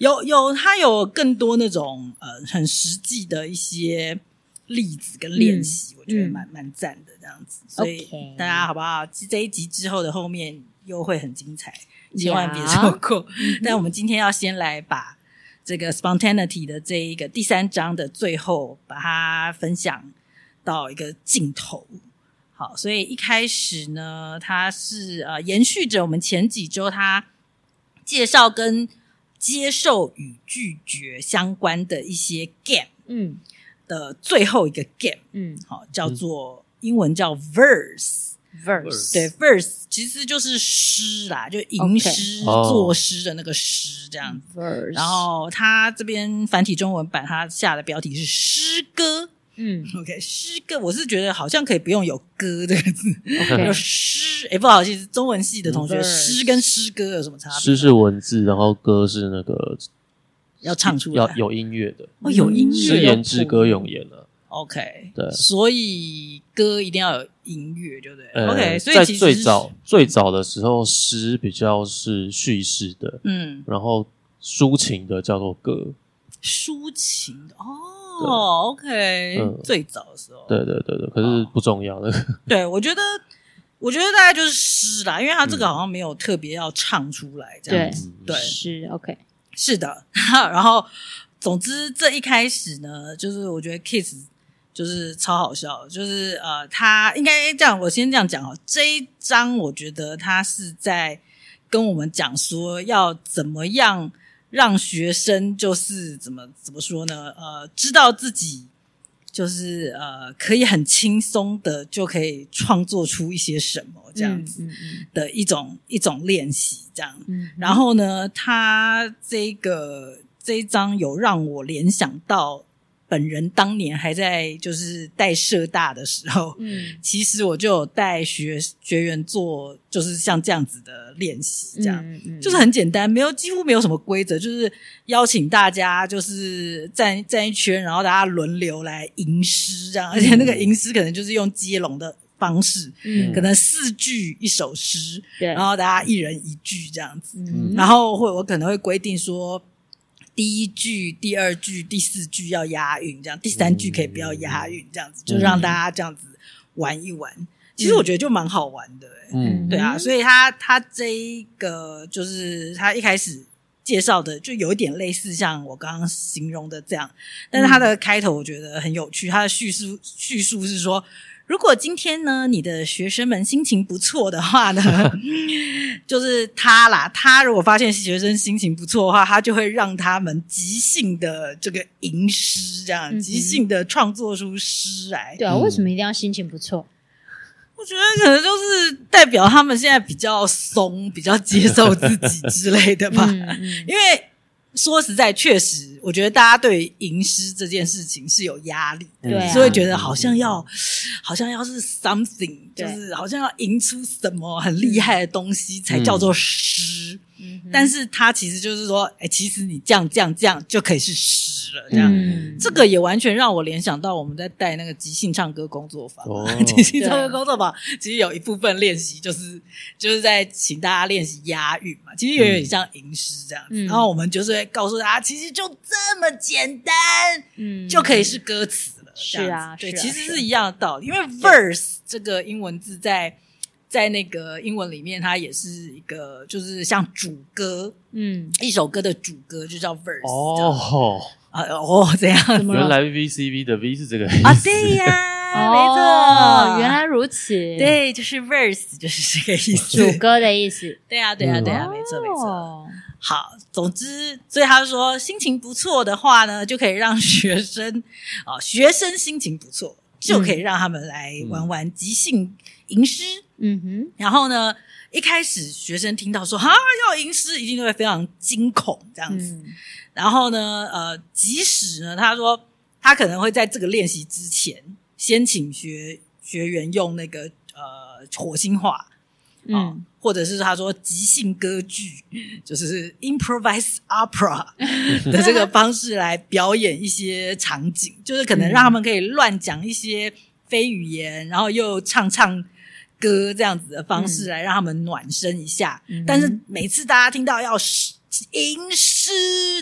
Speaker 1: 有有，它有更多那种呃很实际的一些例子跟练习，我觉得
Speaker 2: 嗯
Speaker 1: 蛮蛮赞的这样子。所以
Speaker 2: OK
Speaker 1: 大家好不好？这一集之后的后面又会很精彩，千万别
Speaker 2: 呀
Speaker 1: 错过。 但我们今天要先来把这个 spontaneity 的这一个第三章的最后，把它分享到一个尽头。好，所以一开始呢，它是呃延续着我们前几周它介绍跟接受与拒绝相关的一些 game
Speaker 2: 嗯
Speaker 1: 的最后一个 game，
Speaker 2: 嗯
Speaker 1: 好，叫做、英文叫 verse。
Speaker 2: ，verse，
Speaker 1: 对，verse 其实就是诗啦，就吟
Speaker 2: OK
Speaker 1: 诗、
Speaker 3: 哦
Speaker 1: 作诗的那个诗这样子。
Speaker 2: verse，
Speaker 1: 然后它这边繁体中文版它下的标题是诗歌，
Speaker 2: 嗯
Speaker 1: OK，诗歌我是觉得好像可以不用有“歌”这个字，
Speaker 3: 嗯
Speaker 2: 对
Speaker 1: 有诗。哎，不好意思，中文系的同学，
Speaker 2: 嗯
Speaker 1: 诗跟诗歌有什么差别？
Speaker 3: 诗是文字，然后歌是那个
Speaker 1: 要唱出来
Speaker 3: 要，有音乐的，
Speaker 1: 哦，有音
Speaker 3: 诗
Speaker 1: 乐
Speaker 2: 也
Speaker 1: 哦。
Speaker 3: 言之歌咏言啊。
Speaker 1: OK，
Speaker 3: 对
Speaker 1: 所以歌一定要有音乐，对不对
Speaker 3: 呃
Speaker 1: ？OK，所
Speaker 3: 在
Speaker 1: 以其实
Speaker 3: 最早最早的时候，诗比较是叙事的，
Speaker 1: 嗯，
Speaker 3: 然后抒情的叫做歌。
Speaker 1: 抒情的哦，OK，
Speaker 3: 嗯
Speaker 1: 最早的时候，
Speaker 3: 对对对对，可是
Speaker 1: 哦
Speaker 3: 不重要的。
Speaker 1: 对，我觉得，我觉得大概就是诗啦，因为他这个好像没有特别要唱出来这 样子。对，
Speaker 2: 是 OK，
Speaker 1: 是的。 然后，总之这一开始呢，就是我觉得 Kiss 就是超好笑的，就是呃，他应该这样，我先这样讲哦。这一章我觉得他是在跟我们讲说要怎么样让学生就是怎么怎么说呢？呃，知道自己。就是呃，可以很轻松的就可以创作出一些什么这样子
Speaker 2: 嗯嗯
Speaker 1: 的一种、一种练习，这样
Speaker 2: 嗯，嗯
Speaker 1: 然后呢，他这个这一章有让我联想到本人当年还在就是带社大的时候，
Speaker 2: 嗯
Speaker 1: 其实我就有带学学员做就是像这样子的练习，这样。
Speaker 2: 嗯嗯
Speaker 1: 就是很简单，没有几乎没有什么规则，就是邀请大家就是站站一圈，然后大家轮流来吟诗这样，而且那个吟诗可能就是用接龙的方式，
Speaker 2: 嗯
Speaker 1: 可能四句一首诗，
Speaker 2: 对，
Speaker 1: 然后大家一人一句这样子，
Speaker 2: 嗯
Speaker 1: 然后会我可能会规定说。第一句、第二句、第四句要押韵，这样第三句可以不要押韵，这样子就让大家这样子玩一玩。其实我觉得就蛮好玩的、欸，
Speaker 3: 嗯，
Speaker 1: 对啊，
Speaker 2: 嗯
Speaker 1: 所以他他这一个就是他一开始介绍的，就有一点类似像我刚刚形容的这样，但是他的开头我觉得很有趣，他的叙述叙述是说。如果今天呢，你的学生们心情不错的话呢， 就是他啦，他如果发现学生心情不错的话，他就会让他们即兴的这个吟诗，这样、
Speaker 2: 嗯哼
Speaker 1: 即兴的创作出诗来。
Speaker 2: 对啊，
Speaker 3: 嗯
Speaker 2: 为什么一定要心情不 错？
Speaker 1: 我觉得可能就是代表他们现在比较松，比较接受自己之类的吧。
Speaker 2: 嗯嗯
Speaker 1: 因为说实在，确实，我觉得大家对于吟诗这件事情是有压力的，
Speaker 2: 对
Speaker 3: 嗯
Speaker 2: 啊
Speaker 1: 所以会觉得好像要，好像要是 something，就
Speaker 2: 对
Speaker 1: 是好像要吟出什么很厉害的东西才叫做诗。
Speaker 2: 嗯哼，
Speaker 1: 但
Speaker 2: 是
Speaker 1: 是它其实就是说，哎、其实你这样这样这样就可以是诗了，这样。
Speaker 2: 嗯，
Speaker 1: 这个也完全让我联想到我们在带那个即兴唱歌工作坊，
Speaker 3: 哦
Speaker 1: 即兴唱歌工作坊其实有一部分练习就是就是在请大家练习押韵嘛，其实也有点像吟诗这样子。
Speaker 2: 嗯
Speaker 1: 然后我们就是会告诉大家，其实就这么简单，
Speaker 2: 嗯
Speaker 1: 就可以是歌词了。
Speaker 2: 是
Speaker 1: 这样子
Speaker 2: 啊
Speaker 1: 对，
Speaker 2: 是啊
Speaker 1: 其实
Speaker 2: 是啊
Speaker 1: 是一样的道理，因为 verse 这个英文字在在那个英文里面，它也是一个就是像主歌，
Speaker 2: 嗯，
Speaker 1: 一首歌的主歌就叫 verse 这样。
Speaker 3: 哦，
Speaker 1: 啊哦，这样
Speaker 2: 怎么了
Speaker 3: 原来 VCV 的 V 是这个意
Speaker 1: 啊，
Speaker 3: 思。
Speaker 1: 对呀、
Speaker 2: 哦
Speaker 1: 没错，
Speaker 2: 原来如此，，
Speaker 1: 哦对，就是 verse 就是这个意思。
Speaker 2: 主歌的意思，
Speaker 1: 对呀、对呀、啊
Speaker 3: 嗯
Speaker 1: 对呀、没错没错。
Speaker 2: 哦，
Speaker 1: 好，总之，所以他说心情不错的话呢，就可以让学生 啊、学生心情不错，就可以让他们来玩玩即兴吟诗。
Speaker 2: 嗯哼，
Speaker 1: 然后呢，一开始学生听到说哈要吟诗，一定都会非常惊恐这样子。
Speaker 2: 嗯
Speaker 1: 然后呢，呃，即使呢，他说他可能会在这个练习之前，先请学学员用那个呃火星话啊、
Speaker 2: 嗯，
Speaker 1: 或者是他说即兴歌剧， 就是 improvise opera 的这个方式来表演一些场景， 就是可能让他们可以乱讲一些非语言，然后又唱唱。歌这样子的方式来让他们暖身一下，
Speaker 2: 嗯
Speaker 1: 但是每次大家听到要诗吟诗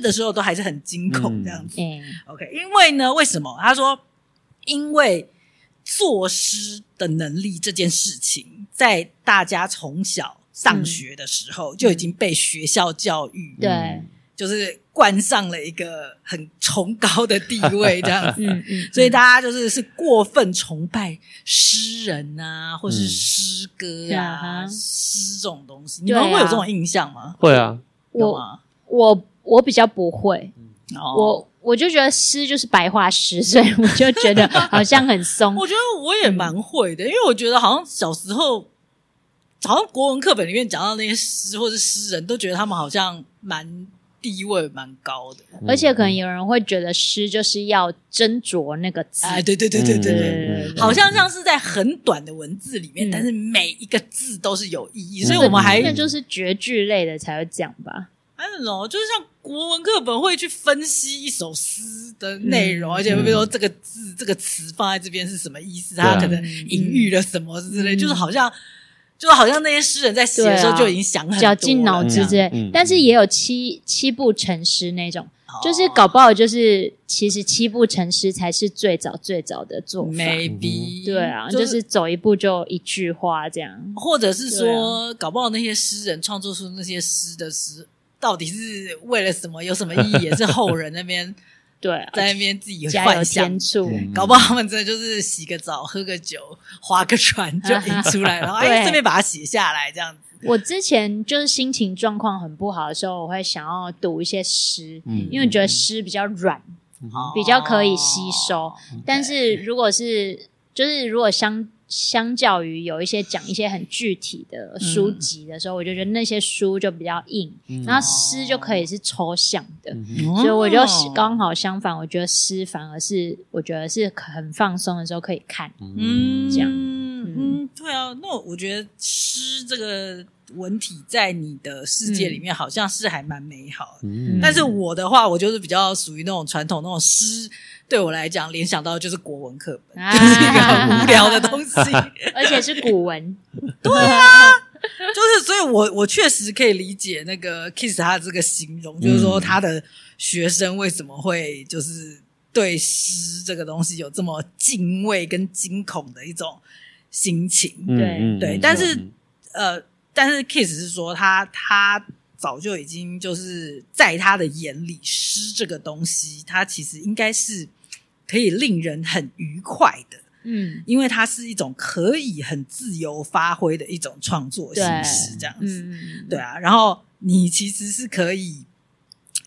Speaker 1: 的时候，都还是很惊恐
Speaker 3: 嗯
Speaker 1: 这样子。
Speaker 2: 哎，
Speaker 1: OK，因为呢，为什么？他说，因为作诗的能力这件事情，在大家从小上学的时
Speaker 2: 嗯
Speaker 1: 候、就已经被学校教育，
Speaker 2: 对，
Speaker 1: 就是冠上了一个很崇高的地位，这样 子。
Speaker 2: 嗯嗯，
Speaker 1: 所以大家就是是过分崇拜诗人啊，或是诗歌啊、
Speaker 2: 嗯
Speaker 1: 诗这种东西，你
Speaker 2: 对啊
Speaker 1: 们会有这种印象吗？
Speaker 3: 会啊，
Speaker 1: 有
Speaker 2: 我
Speaker 1: 吗？
Speaker 2: 我我比较不会，
Speaker 1: 哦
Speaker 2: 我我就觉得诗就是白话诗，所以 我就觉得好像很松，
Speaker 1: 我觉得我也蛮会的，因为我觉得好像小时候，好像国文课本里面讲到那些诗或是诗人，都觉得他们好像蛮地位蛮高的。
Speaker 2: 而且
Speaker 3: 嗯
Speaker 2: 可能有人会觉得诗就是要斟酌那个字，
Speaker 1: 哎，对对对对
Speaker 3: 嗯
Speaker 1: 对对，
Speaker 2: 对
Speaker 1: 好像像是在很短的文字里面，
Speaker 2: 嗯
Speaker 1: 但是每一个字都是有意义，
Speaker 3: 嗯
Speaker 1: 所以我们还
Speaker 2: 那就是绝句类的才会这样吧。
Speaker 1: I don't know，就是像国文课本会去分析一首诗的内
Speaker 2: 嗯
Speaker 1: 容，而且会说这个字、这个词放在这边是什么意思，
Speaker 3: 对啊
Speaker 1: 它可能隐喻了什么之类，就是好像，就是好像那些诗人在写的时候
Speaker 2: 嗯对啊
Speaker 1: 就已经想很多
Speaker 2: 绞
Speaker 1: 了
Speaker 2: 尽脑汁之类，
Speaker 3: 嗯嗯
Speaker 2: 但是也有七七步成诗那种，
Speaker 1: 哦
Speaker 2: 就是搞不好就是其实七步成诗才是最早最早的做法。
Speaker 1: maybe
Speaker 2: 对啊，就是走一步就一句话这样。
Speaker 1: 或者是
Speaker 2: 啊
Speaker 1: 说，搞不好那些诗人创作出那些诗的诗，到底是为了什么，有什么意义，也是后人那 边
Speaker 2: 对啊，
Speaker 1: 在那边自己
Speaker 2: 加
Speaker 1: 幻
Speaker 2: 油
Speaker 1: 想
Speaker 2: 添醋。
Speaker 3: 嗯
Speaker 1: 搞不好他们真的就是洗个澡、喝个酒、划个船就引出来 了，哎，
Speaker 2: 对
Speaker 1: 顺便把它写下来，这样子。
Speaker 2: 我之前就是心情状况很不好的时候，我会想要读一些诗，
Speaker 3: 嗯
Speaker 2: 因为觉得诗比较软，
Speaker 1: 哦
Speaker 2: 比较可以吸收。但是如果是就是如果相相较于有一些讲一些很具体的书籍的时候，我就觉得那些书就比较硬，
Speaker 3: 嗯
Speaker 2: 然后诗就可以是抽象的。
Speaker 3: 嗯哼
Speaker 1: 所
Speaker 2: 所以我就
Speaker 1: 哦
Speaker 2: 刚好相反，我觉得诗反而是我觉得是很放松的时候可以看，
Speaker 1: 嗯
Speaker 2: 这样
Speaker 1: 嗯，对啊，那我觉得诗这个文体在你的世界里面好像是还蛮美好的。
Speaker 3: 嗯
Speaker 1: 但是我的话，我就是比较属于那种传统那种诗，对我来讲联想到就是国文课本，
Speaker 2: 啊
Speaker 1: 就是一个很无聊的东 西。
Speaker 2: 而且是古文，
Speaker 1: 就是，所以我我确实可以理解那个 Kiss 他的这个形容，就是说他的学生为什么会就是对诗这个东西有这么敬畏跟惊恐的一种心情。
Speaker 3: 嗯
Speaker 2: 对
Speaker 3: 嗯
Speaker 1: 对
Speaker 3: 嗯
Speaker 1: 但是
Speaker 3: 嗯
Speaker 1: 呃，但是 Kiss 是说他他早就已经就是在他的眼里，诗这个东西，它其实应该是可以令人很愉快的，
Speaker 2: 嗯
Speaker 1: 因为它是一种可以很自由发挥的一种创作形式，这样子。
Speaker 2: 嗯，
Speaker 1: 对啊，然后你其实是可以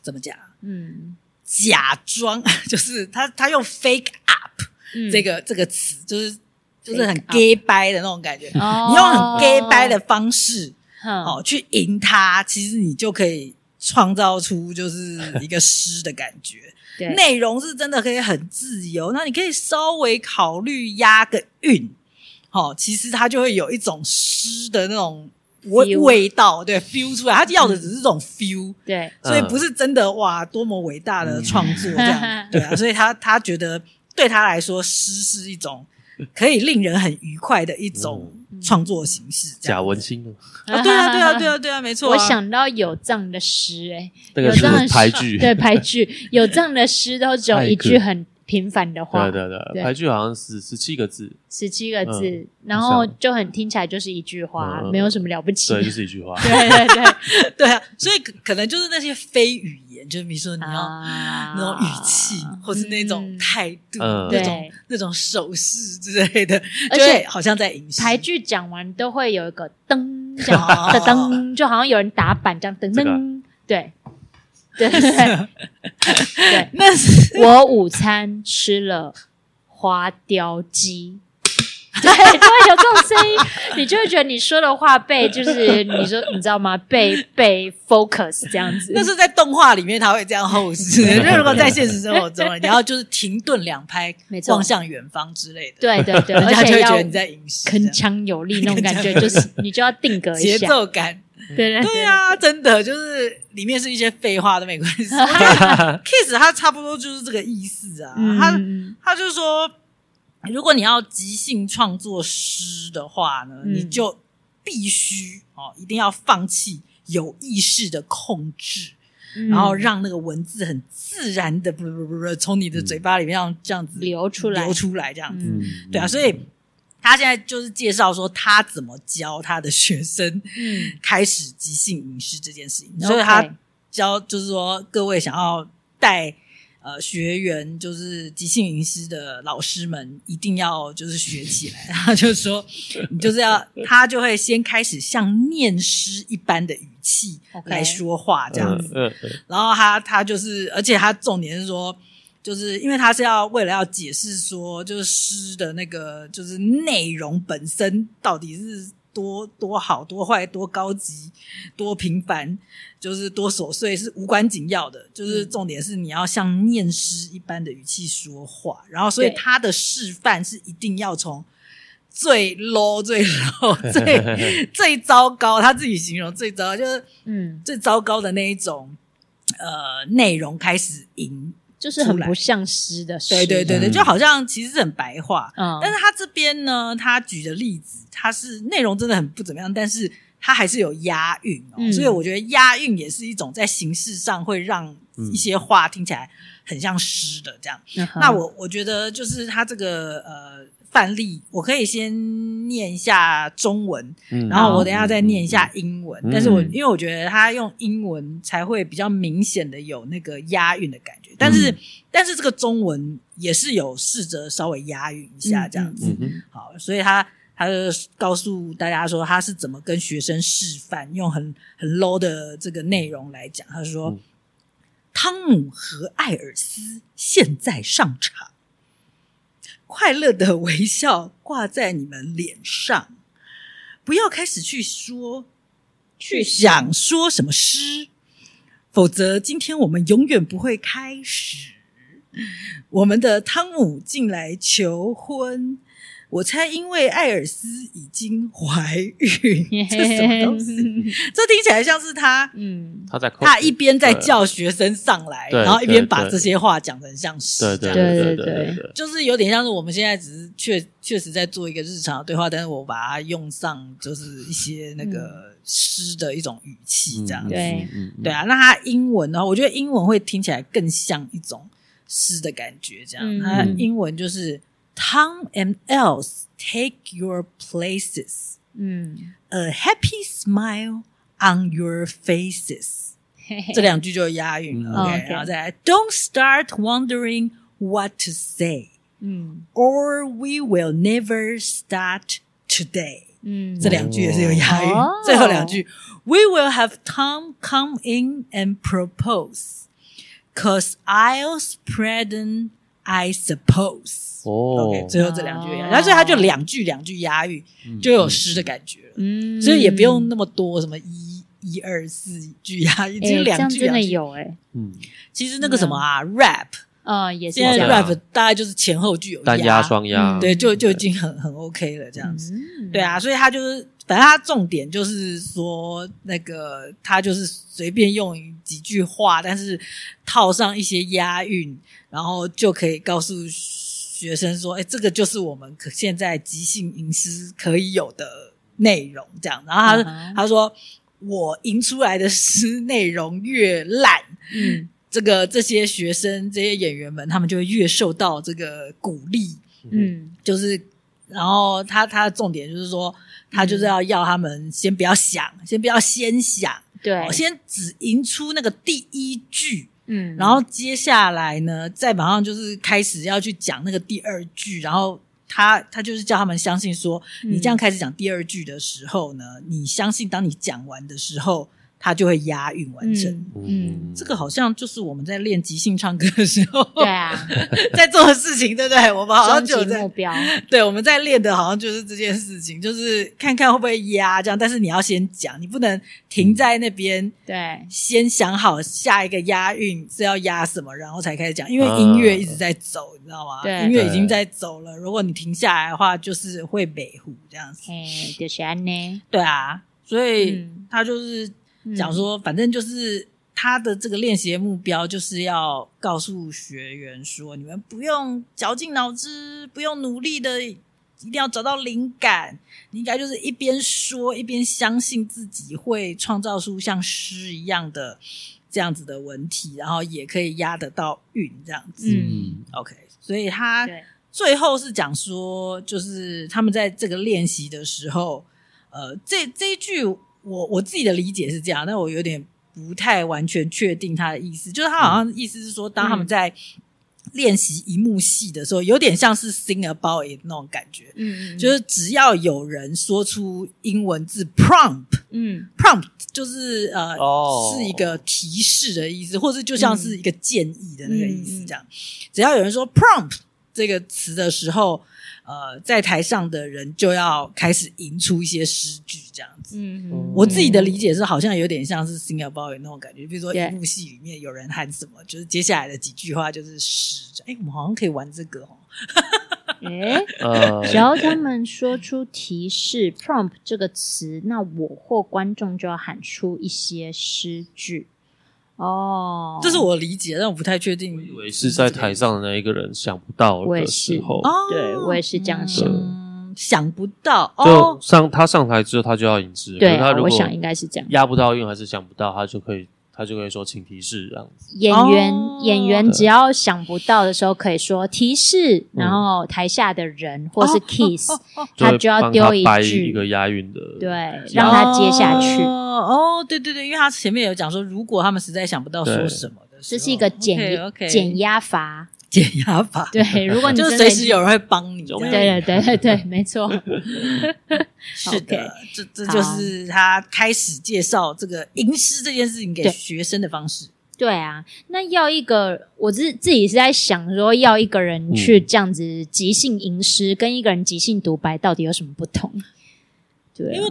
Speaker 1: 怎么讲？
Speaker 2: 嗯，
Speaker 1: 假装 就是他他用 fake up
Speaker 2: 嗯
Speaker 1: 这个、这个词，就是就是很
Speaker 2: Fake up
Speaker 1: gay 掰的那种感觉。
Speaker 2: 哦嗯
Speaker 1: 你用很 gay 掰的方式
Speaker 2: 哼
Speaker 1: 哦去赢他，其实你就可以创造出就是一个诗的感觉。
Speaker 2: 对
Speaker 1: 内容是真的可以很自由，那你可以稍微考虑押个韵，哦，其实它就会有一种诗的那种味
Speaker 2: Feel 嗯
Speaker 1: 味道，对，feel 出来。它要的只是这种 feel，、
Speaker 2: 对，
Speaker 1: 所以不是真的哇，多么伟大的创作这样，
Speaker 2: 嗯
Speaker 1: 对啊，所以他他觉得对他来说，诗是一种可以令人很愉快的一种创作形式，这
Speaker 3: 贾
Speaker 1: 样。
Speaker 3: 文清呢，
Speaker 1: 啊，对啊，对啊，对啊，对啊，没错、啊。
Speaker 2: 我想到有藏的诗、欸，
Speaker 3: 那
Speaker 2: 有
Speaker 3: 个是
Speaker 2: 藏的诗
Speaker 3: 台剧，
Speaker 2: 对排剧，有藏的诗都只有一句很平凡的话，
Speaker 3: 对对对，
Speaker 2: 对
Speaker 3: 排剧好像是十七个字，
Speaker 2: 十七个字，
Speaker 3: 嗯
Speaker 2: 然后就很听起来就是一句话，
Speaker 3: 嗯嗯嗯
Speaker 2: 没有什么了不起。
Speaker 3: 对，就是一句 话。
Speaker 2: 对对对，
Speaker 1: 对啊，所以可可能就是那些非语言，就是比如说你要、
Speaker 2: 啊
Speaker 1: 那种语气，或是那种
Speaker 2: 嗯
Speaker 1: 态度，
Speaker 3: 嗯
Speaker 1: 那种
Speaker 2: 对
Speaker 1: 那种手势之类的，
Speaker 2: 而
Speaker 1: 就会
Speaker 2: 且
Speaker 1: 好像在影视
Speaker 2: 排剧讲完都会有一个噔，这样
Speaker 1: 哦
Speaker 2: 的噔，就好像有人打板这样噔
Speaker 3: 这个
Speaker 2: 噔，对 对对对对，
Speaker 1: 那是
Speaker 2: 我午餐吃了花雕鸡。 对，就会有这种声音，你就会觉得你说的话被就是你说你知道吗？被被 focus 这样子，
Speaker 1: 那是在动画里面他会这样后视，那如果在现实生 活中，你要就是停顿两拍
Speaker 2: 没，错
Speaker 1: 望向远方之类的，，
Speaker 2: 对对对，
Speaker 1: 人
Speaker 2: 而
Speaker 1: 家就
Speaker 2: 且
Speaker 1: 会觉
Speaker 2: 要
Speaker 1: 得你在影视
Speaker 2: 铿锵有力那种感觉， 就是你就要定格一
Speaker 1: 节
Speaker 2: 下，
Speaker 1: 奏感。
Speaker 2: 对对
Speaker 1: 对啊，真的就是里面是一些废话都没关 系。Kiss 他差不多就是这个意思啊，他
Speaker 2: 嗯，
Speaker 1: 他就说，如果你要即兴创作诗的话呢，
Speaker 2: 嗯
Speaker 1: 你就必须哦，一定要放弃有意识的控制，
Speaker 2: 嗯
Speaker 1: 然后让那个文字很自然的不不不不从你的嘴巴里面让这样子
Speaker 2: 流出来
Speaker 1: 流出来这样子。
Speaker 2: 嗯
Speaker 1: 对啊，所以他现在就是介绍说他怎么教他的学生
Speaker 2: 嗯，
Speaker 1: 开始即兴饮食这件事情，
Speaker 2: OK
Speaker 1: 所以他教就是说各位想要带。呃，学员就是即兴吟诗的老师们，一定要就是学起来。他就说，你就是要，他就会先开始像念诗一般的语气
Speaker 2: OK
Speaker 1: 来说话，这样子。
Speaker 3: 嗯，嗯嗯
Speaker 1: 然后他他就是，而且他重点是说，就是因为他是要为了要解释说，就是诗的那个就是内容本身到底是多多好、多坏、多高级、多平凡，就是多琐碎，是无关紧要的。就是重点是你要像念诗一般的语气说话，然后所以
Speaker 2: 对
Speaker 1: 他的示范是一定要从最 low、最 low、最 最糟糕，他自己形容最糟，就是
Speaker 2: 嗯，
Speaker 1: 最糟糕的那一种呃内容开始赢。
Speaker 2: 就是很
Speaker 1: 出来
Speaker 2: 不像诗的诗，
Speaker 1: 对对对对，
Speaker 3: 嗯
Speaker 1: 就好像其实是很白话，
Speaker 2: 嗯，
Speaker 1: 但是他这边呢，他举的例子，他是内容真的很不怎么样，但是他还是有押韵哦，
Speaker 2: 嗯
Speaker 1: 所以我觉得押韵也是一种在形式上会让一些话听起来很像诗的这样。
Speaker 2: 嗯哼
Speaker 1: 那我我觉得就是他这个呃范例，我可以先念一下中文，
Speaker 3: 嗯
Speaker 1: 然后我等一下再念一下英文。
Speaker 3: 嗯
Speaker 1: 但是我
Speaker 2: 嗯
Speaker 1: 因为我觉得他用英文才会比较明显的有那个押韵的感觉，但
Speaker 3: 嗯
Speaker 1: 是、但是这个中文也是有试着稍微押韵一下这样子。
Speaker 3: 嗯哼
Speaker 1: 好，所以他他就告诉大家说他是怎么跟学生示范，用很很 low 的这个内容来讲，他说。
Speaker 3: 嗯
Speaker 1: 汤姆和艾尔斯现在上场，快乐的微笑挂在你们脸上，不要开始去说去想说什么诗，否则今天我们永远不会开始。我们的汤姆进来求婚，我猜因为艾尔斯已经怀孕，这什么 东西？这听起来像是他
Speaker 2: 嗯，
Speaker 3: 他在口
Speaker 1: 他一边在叫学生上来，
Speaker 3: 对
Speaker 1: 然后一边把
Speaker 3: 对
Speaker 1: 这些话讲成像诗，
Speaker 3: 对
Speaker 1: 这
Speaker 3: 对
Speaker 1: 样
Speaker 3: 对
Speaker 2: 对
Speaker 3: 对
Speaker 2: 对
Speaker 3: 对，
Speaker 1: 就是有点像是我们现在只是确确实在做一个日常的对话，但是我把它用上就是一些那个诗的一种语气这样子。
Speaker 3: 嗯
Speaker 2: 对，
Speaker 3: 嗯嗯
Speaker 1: 对啊，那它英文的话，我觉得英文会听起来更像一种诗的感觉，这样。
Speaker 2: 嗯
Speaker 1: 它英文就是 Tom and else take your places,
Speaker 2: 嗯，
Speaker 1: a happy smile on your faces。
Speaker 2: 嘿嘿
Speaker 1: 这两句就押韵
Speaker 3: 嗯
Speaker 1: 了。OK，
Speaker 2: OK
Speaker 1: 然后再来，Don't start wondering what to say,
Speaker 2: 嗯
Speaker 1: or we will never start today。
Speaker 2: 嗯，
Speaker 1: 这两句也是有押韵
Speaker 2: 哦。
Speaker 1: 最后两句，We will have Tom come in and propose, cause I'll spread an I suppose。
Speaker 3: 哦
Speaker 1: OK，最后这两句有押韵，
Speaker 2: 哦
Speaker 1: 然后所以它就两句两句押韵，
Speaker 3: 嗯
Speaker 1: 就有诗的感觉了。
Speaker 2: 嗯，
Speaker 1: 所以也不用那么多什么一一二四句押韵，
Speaker 2: 哎，
Speaker 1: 只有
Speaker 2: 这
Speaker 1: 两
Speaker 2: 样
Speaker 1: 句啊
Speaker 2: 真
Speaker 1: 两
Speaker 2: 的
Speaker 1: 句
Speaker 2: 有哎，
Speaker 3: 嗯
Speaker 1: 其实那个什么啊，rap，
Speaker 2: 呃，也是
Speaker 1: 现
Speaker 2: 这
Speaker 1: 在
Speaker 3: 对
Speaker 2: 样
Speaker 3: 啊
Speaker 1: rap 大概就是前后句有啊
Speaker 3: 单压双压
Speaker 2: 嗯
Speaker 1: 对，就就已经很很 OK 了这样子。
Speaker 2: 嗯
Speaker 1: 对啊，所以他就是，反正他重点就是说，那个他就是随便用几句话，但是套上一些押韵，然后就可以告诉学生说，哎，这个就是我们可现在即兴吟诗可以有的内容，这样。然后他、
Speaker 2: 嗯哼
Speaker 1: 他说，我吟出来的诗内容越烂，
Speaker 2: 嗯
Speaker 1: 这个这些学生、这些演员们，他们就会越受到这个鼓励，
Speaker 2: 嗯
Speaker 1: 就是，然后他他的重点就是说，他就是要要他们先不要想，先不要先想，哦
Speaker 2: 对，
Speaker 1: 先只吟出那个第一句，
Speaker 2: 嗯，
Speaker 1: 然后接下来呢，再马上就是开始要去讲那个第二句，然后。他他就是叫他们相信说，
Speaker 2: 嗯
Speaker 1: 你这样开始讲第二句的时候呢，你相信当你讲完的时候，它就会押韵完成。
Speaker 2: 嗯嗯
Speaker 3: 嗯，
Speaker 1: 这个好像就是我们在练即兴唱歌的时候，
Speaker 2: 对啊，
Speaker 1: 在做的事情，对不对？我们好像
Speaker 2: 终
Speaker 1: 就有
Speaker 2: 极目
Speaker 1: 在
Speaker 2: 标，
Speaker 1: 对我们在练的，好像就是这件事情，就是看看会不会压这样。但是你要先讲，你不能停在那边，
Speaker 2: 对，哎
Speaker 1: 先想好下一个押韵是要押什么，然后才开始讲。因为音乐一直在走，你知道吗？
Speaker 2: 对
Speaker 1: 音乐已经在走了，如果你停下来的话，就是会北湖这样子。
Speaker 2: 哎，就是安呢，
Speaker 1: 对啊，所以
Speaker 2: 嗯
Speaker 1: 他就是讲嗯说，反正就是他的这个练习的目标，就是要告诉学员说，你们不用绞尽脑汁，不用努力的，一定要找到灵感。你应该就是一边说，一边相信自己会创造出像诗一样的这样子的文体，然后也可以压得到韵这样子。
Speaker 2: 嗯
Speaker 1: OK，所以他
Speaker 2: 对，
Speaker 1: 最后是讲说，就是他们在这个练习的时候，呃，这这一句我我自己的理解是这样，但我有点不太完全确定他的意思，就是他好像意思是说，当他们在练习一幕戏的时候，有点像是 sing about it 那种感觉，
Speaker 2: 嗯嗯，
Speaker 1: 就是只要有人说出英文字 prompt。
Speaker 2: 嗯
Speaker 1: prompt 就是呃
Speaker 3: 哦
Speaker 1: 是一个提示的意思，或者就像是一个建议的那个意思
Speaker 2: 嗯
Speaker 1: 这样。只要有人说 prompt 这个词的时候，呃，在台上的人就要开始吟出一些诗句这样子。
Speaker 2: 嗯，
Speaker 1: 我自己的理解是，好像有点像是 sing about 那种感觉，比如说一
Speaker 2: Yeah
Speaker 1: 部戏里面有人喊什么，就是接下来的几句话就是诗。哎，我们好像可以玩这个哦。
Speaker 2: 诶，
Speaker 3: 呃，
Speaker 2: 哎只要他们说出提示 prompt 这个词，那我或观众就要喊出一些诗句。哦，
Speaker 1: 这是我理解，但我不太确定。
Speaker 3: 以为是在台上的那一个人想不到
Speaker 2: 我也
Speaker 3: 的
Speaker 2: 是
Speaker 3: 时候，
Speaker 1: 哦，
Speaker 2: 对我也是这样想。
Speaker 1: 嗯，想不到
Speaker 3: 就
Speaker 1: 哦，
Speaker 3: 上他上台之后他就要吟诗，可
Speaker 2: 对哦
Speaker 3: 是他如
Speaker 2: 我
Speaker 3: 果
Speaker 2: 想应该是这样。
Speaker 3: 押不到韵还是想不到，他就可以他就可以说请提示这样子。
Speaker 2: 演员、
Speaker 1: 哦
Speaker 2: 演员只要想不到的时候，可以说提
Speaker 3: 嗯
Speaker 2: 示，然后台下的人或
Speaker 1: 哦
Speaker 2: 是 kiss，、他哦
Speaker 3: 会
Speaker 2: 就要
Speaker 3: 帮
Speaker 2: 丢一
Speaker 3: 掰
Speaker 2: 句
Speaker 3: 一个押韵的，
Speaker 2: 对让他接下去
Speaker 1: 哦，哦对对对，因为他前面有讲说，如果他们实在想不到说
Speaker 3: 对
Speaker 1: 什么的时
Speaker 2: 这
Speaker 1: 候，
Speaker 2: 是一个减
Speaker 1: 哦 OK，
Speaker 2: 减压法。
Speaker 1: 减压法，
Speaker 2: 对，如果你
Speaker 1: 就
Speaker 2: 真
Speaker 1: 是
Speaker 2: 的
Speaker 1: 随时有人会帮你。这样
Speaker 2: 对对对对对，没错。
Speaker 1: 是的
Speaker 2: OK，
Speaker 1: 这这就是他开始介绍这个吟诗这件事情给
Speaker 2: 对
Speaker 1: 学生的方式。
Speaker 2: 对啊，那要一个，我自自己是在想说，要一个
Speaker 3: 嗯
Speaker 2: 人去这样子即兴吟诗，跟一个人即兴独白到底有什么不同？对啊，
Speaker 1: 因为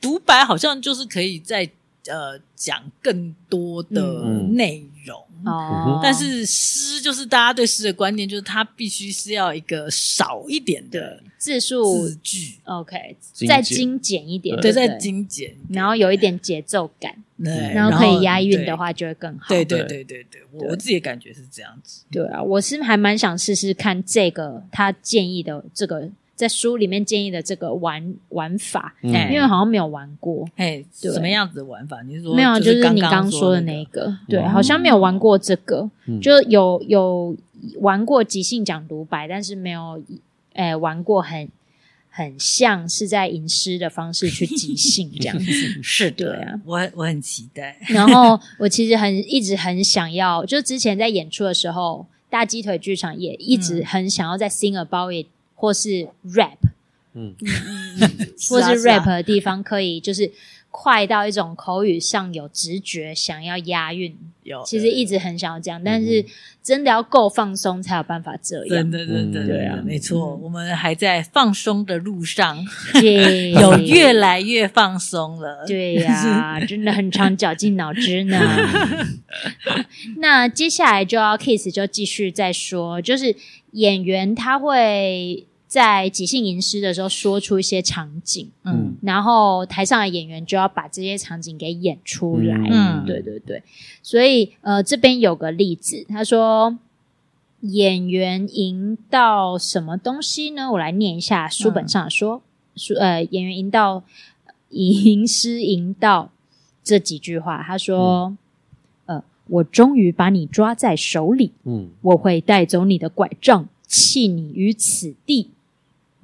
Speaker 1: 独白好像就是可以在呃讲更多的
Speaker 3: 嗯
Speaker 1: 内容。
Speaker 2: 哦，
Speaker 1: 但是诗就是大家对诗的观念，就是它必须是要一个少一点的
Speaker 2: 字数
Speaker 1: 字句，
Speaker 2: OK，
Speaker 3: 精
Speaker 2: 再
Speaker 3: 简
Speaker 2: 精简一点，对，
Speaker 1: 对，再，精简，
Speaker 2: 然后有一点节奏感，
Speaker 1: 对，
Speaker 2: 然后可以押韵的，话就会更好。
Speaker 1: 嗯对对对对
Speaker 3: 对
Speaker 1: 对，
Speaker 2: 对
Speaker 1: 我我自己的感觉是这样子。
Speaker 2: 对啊，我是还蛮想试试看这个他建议的这个在书里面建议的这个玩玩法，
Speaker 3: 嗯
Speaker 1: 哎
Speaker 2: 因为好像没有玩过。
Speaker 1: 哎，
Speaker 2: 对
Speaker 1: 什么样子的玩法？你是说
Speaker 2: 没有，啊
Speaker 1: 就是
Speaker 2: 是你
Speaker 1: 刚
Speaker 2: 说的
Speaker 1: 那
Speaker 2: 那
Speaker 1: 个
Speaker 2: 个，对，
Speaker 3: 嗯
Speaker 2: 好像没有玩过这个，
Speaker 3: 嗯
Speaker 2: 就有有玩过即兴讲独白，但是没有，诶、玩过很很像是在吟诗的方式去即兴这样子，
Speaker 1: 是
Speaker 2: 对
Speaker 1: 的
Speaker 2: 啊，
Speaker 1: 我我很期待。
Speaker 2: 然后我其实很一直很想要，就之前在演出的时候，大鸡腿剧场也一直很想要在 sing about it 或是 rap
Speaker 3: 嗯，
Speaker 2: 或
Speaker 1: 啊
Speaker 2: 是
Speaker 1: 啊
Speaker 2: rap 的地方，可以就是快到一种口语上有直觉，想要押韵。
Speaker 1: 有，
Speaker 2: 其实一直很想要这样，但是真的要够放松才有办法这
Speaker 1: 真
Speaker 2: 样。
Speaker 1: 的真的
Speaker 3: 嗯
Speaker 1: 真
Speaker 3: 对
Speaker 1: 的
Speaker 3: 啊
Speaker 1: 没错，
Speaker 2: 嗯
Speaker 1: 我们还在放松的 路上，
Speaker 2: 对，
Speaker 1: 有 越来越放松了。
Speaker 2: 对呀、真的很常绞尽脑汁呢。那接下来就要 Kiss 就继续再说，就是演员他会在即兴吟诗的时候说出一些场景，
Speaker 1: 嗯，
Speaker 2: 然后台上的演员就要把这些场景给演出来。
Speaker 1: 嗯
Speaker 2: 对对对，所以呃，这边有个例子，他说。演员赢到什么东西呢？我来念一下书本上说，书呃，演员赢到呃吟诗赢到这几句话，他说：“呃，我终于把你抓在手里，
Speaker 3: 嗯，
Speaker 2: 我会带走你的拐杖，弃你于此地。”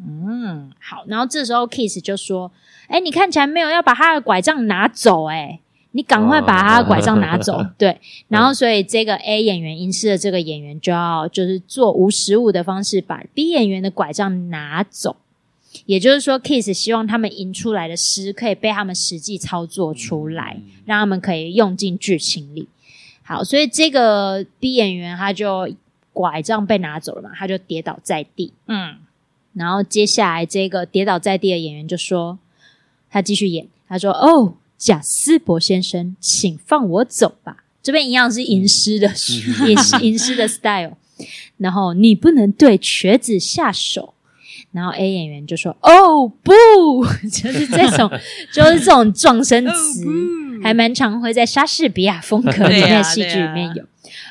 Speaker 1: 嗯，
Speaker 2: 好，然后这时候 Kiss 就说：“哎，你看起来没有要把他的拐杖拿走、哎，你赶快把他的拐杖拿走。对，然后所以这个 A 演员、银饰的这个演员就要就是做无实物的方式把 B 演员的拐杖拿走。也就是说，Kiss 希望他们吟出来的诗可以被他们实际操作出来，让他们可以用进剧情里。好，所以这个 B 演员他就拐杖被拿走了嘛，他就跌倒在地。
Speaker 1: 嗯，
Speaker 2: 然后接下来这个跌倒在地的演员就说，他继续演，他说：“哦，贾斯伯先生，请放我走吧。”这边一样是吟诗的吟诗 吟诗的 style。然后你不能对瘸子下手。然后 A 演员就说：“哦不， 就是这种，就是这种撞声嗯
Speaker 1: 哦
Speaker 2: 词。还蛮常会在莎士比亚风 格里面、
Speaker 1: 嗯对啊
Speaker 2: 戏剧里
Speaker 1: 对
Speaker 2: 面
Speaker 1: 啊
Speaker 2: 有。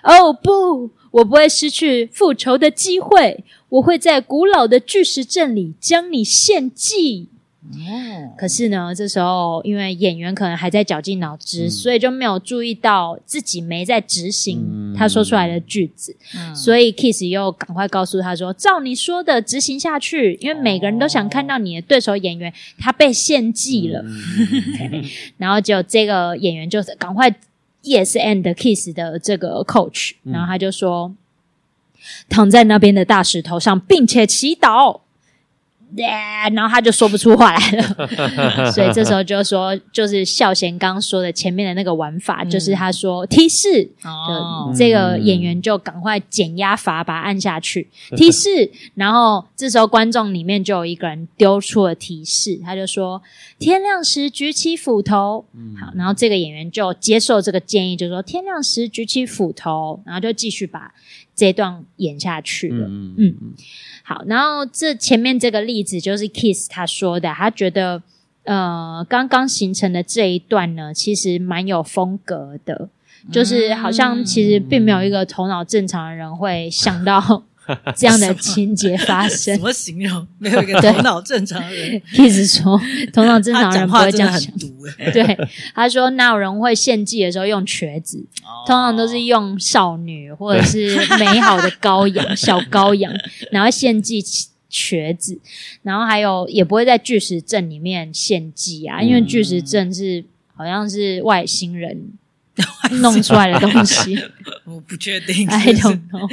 Speaker 2: 哦不，我不会失去复仇的机会，我会在古老的巨石阵里将你献祭。
Speaker 1: 哦，
Speaker 2: 可是呢，这时候因为演员可能还在绞尽脑汁，
Speaker 3: 嗯
Speaker 2: 所以就没有注意到自己没在执行
Speaker 3: 嗯
Speaker 2: 他说出来的句子，
Speaker 1: 嗯
Speaker 2: 所以 Kiss 又赶快告诉他说：“照你说的执行下去，因为每个人都
Speaker 1: 哦
Speaker 2: 想看到你的对手演员他被献祭了。
Speaker 3: 嗯
Speaker 2: 然后就这个演员就赶快 yes and kiss 的这个 coach，、
Speaker 3: 嗯
Speaker 2: 然后他就说躺在那边的大石头上，并且祈祷。然后他就说不出话来了，所以这时候就说，就是孝贤刚刚说的前面的那个玩法，
Speaker 1: 嗯
Speaker 2: 就是他说提示，
Speaker 1: 哦
Speaker 2: 就，这个演员就赶快减压阀把它按下去，提示。然后这时候观众里面就有一个人丢出了提示，他就说：“天亮时举起斧头。”
Speaker 3: 嗯
Speaker 2: 好，然后这个演员就接受这个建议，就说：“天亮时举起斧头。”然后就继续把这段演下去了。
Speaker 3: 嗯
Speaker 2: 嗯好，然后这前面这个例子就是 Kiss 他说的，他觉得呃刚刚形成的这一段呢，其实蛮有风格的，
Speaker 1: 嗯
Speaker 2: 就是好像其实并没有一个头脑正常的人会想 到这样的情节发
Speaker 1: 怎
Speaker 2: 生。
Speaker 1: 么形容？没有 一个头脑正常的人，
Speaker 2: Kiss 说，头脑哦正
Speaker 1: 他
Speaker 2: 常人
Speaker 1: 讲
Speaker 2: 不
Speaker 1: 话
Speaker 2: 会这
Speaker 1: 真的
Speaker 2: 样
Speaker 1: 很
Speaker 2: 想。
Speaker 1: 毒哎、
Speaker 2: 对，他说哪有人会献祭的时候用瘸子？ 通常都是用少女或者是美好的羔羊、小羔羊，然后献祭瘸子，然后还有也不会在巨石阵里面献祭啊，因为巨石阵是好像是外星人弄出来的东西
Speaker 1: 哦我不确定。
Speaker 2: ，I don't know。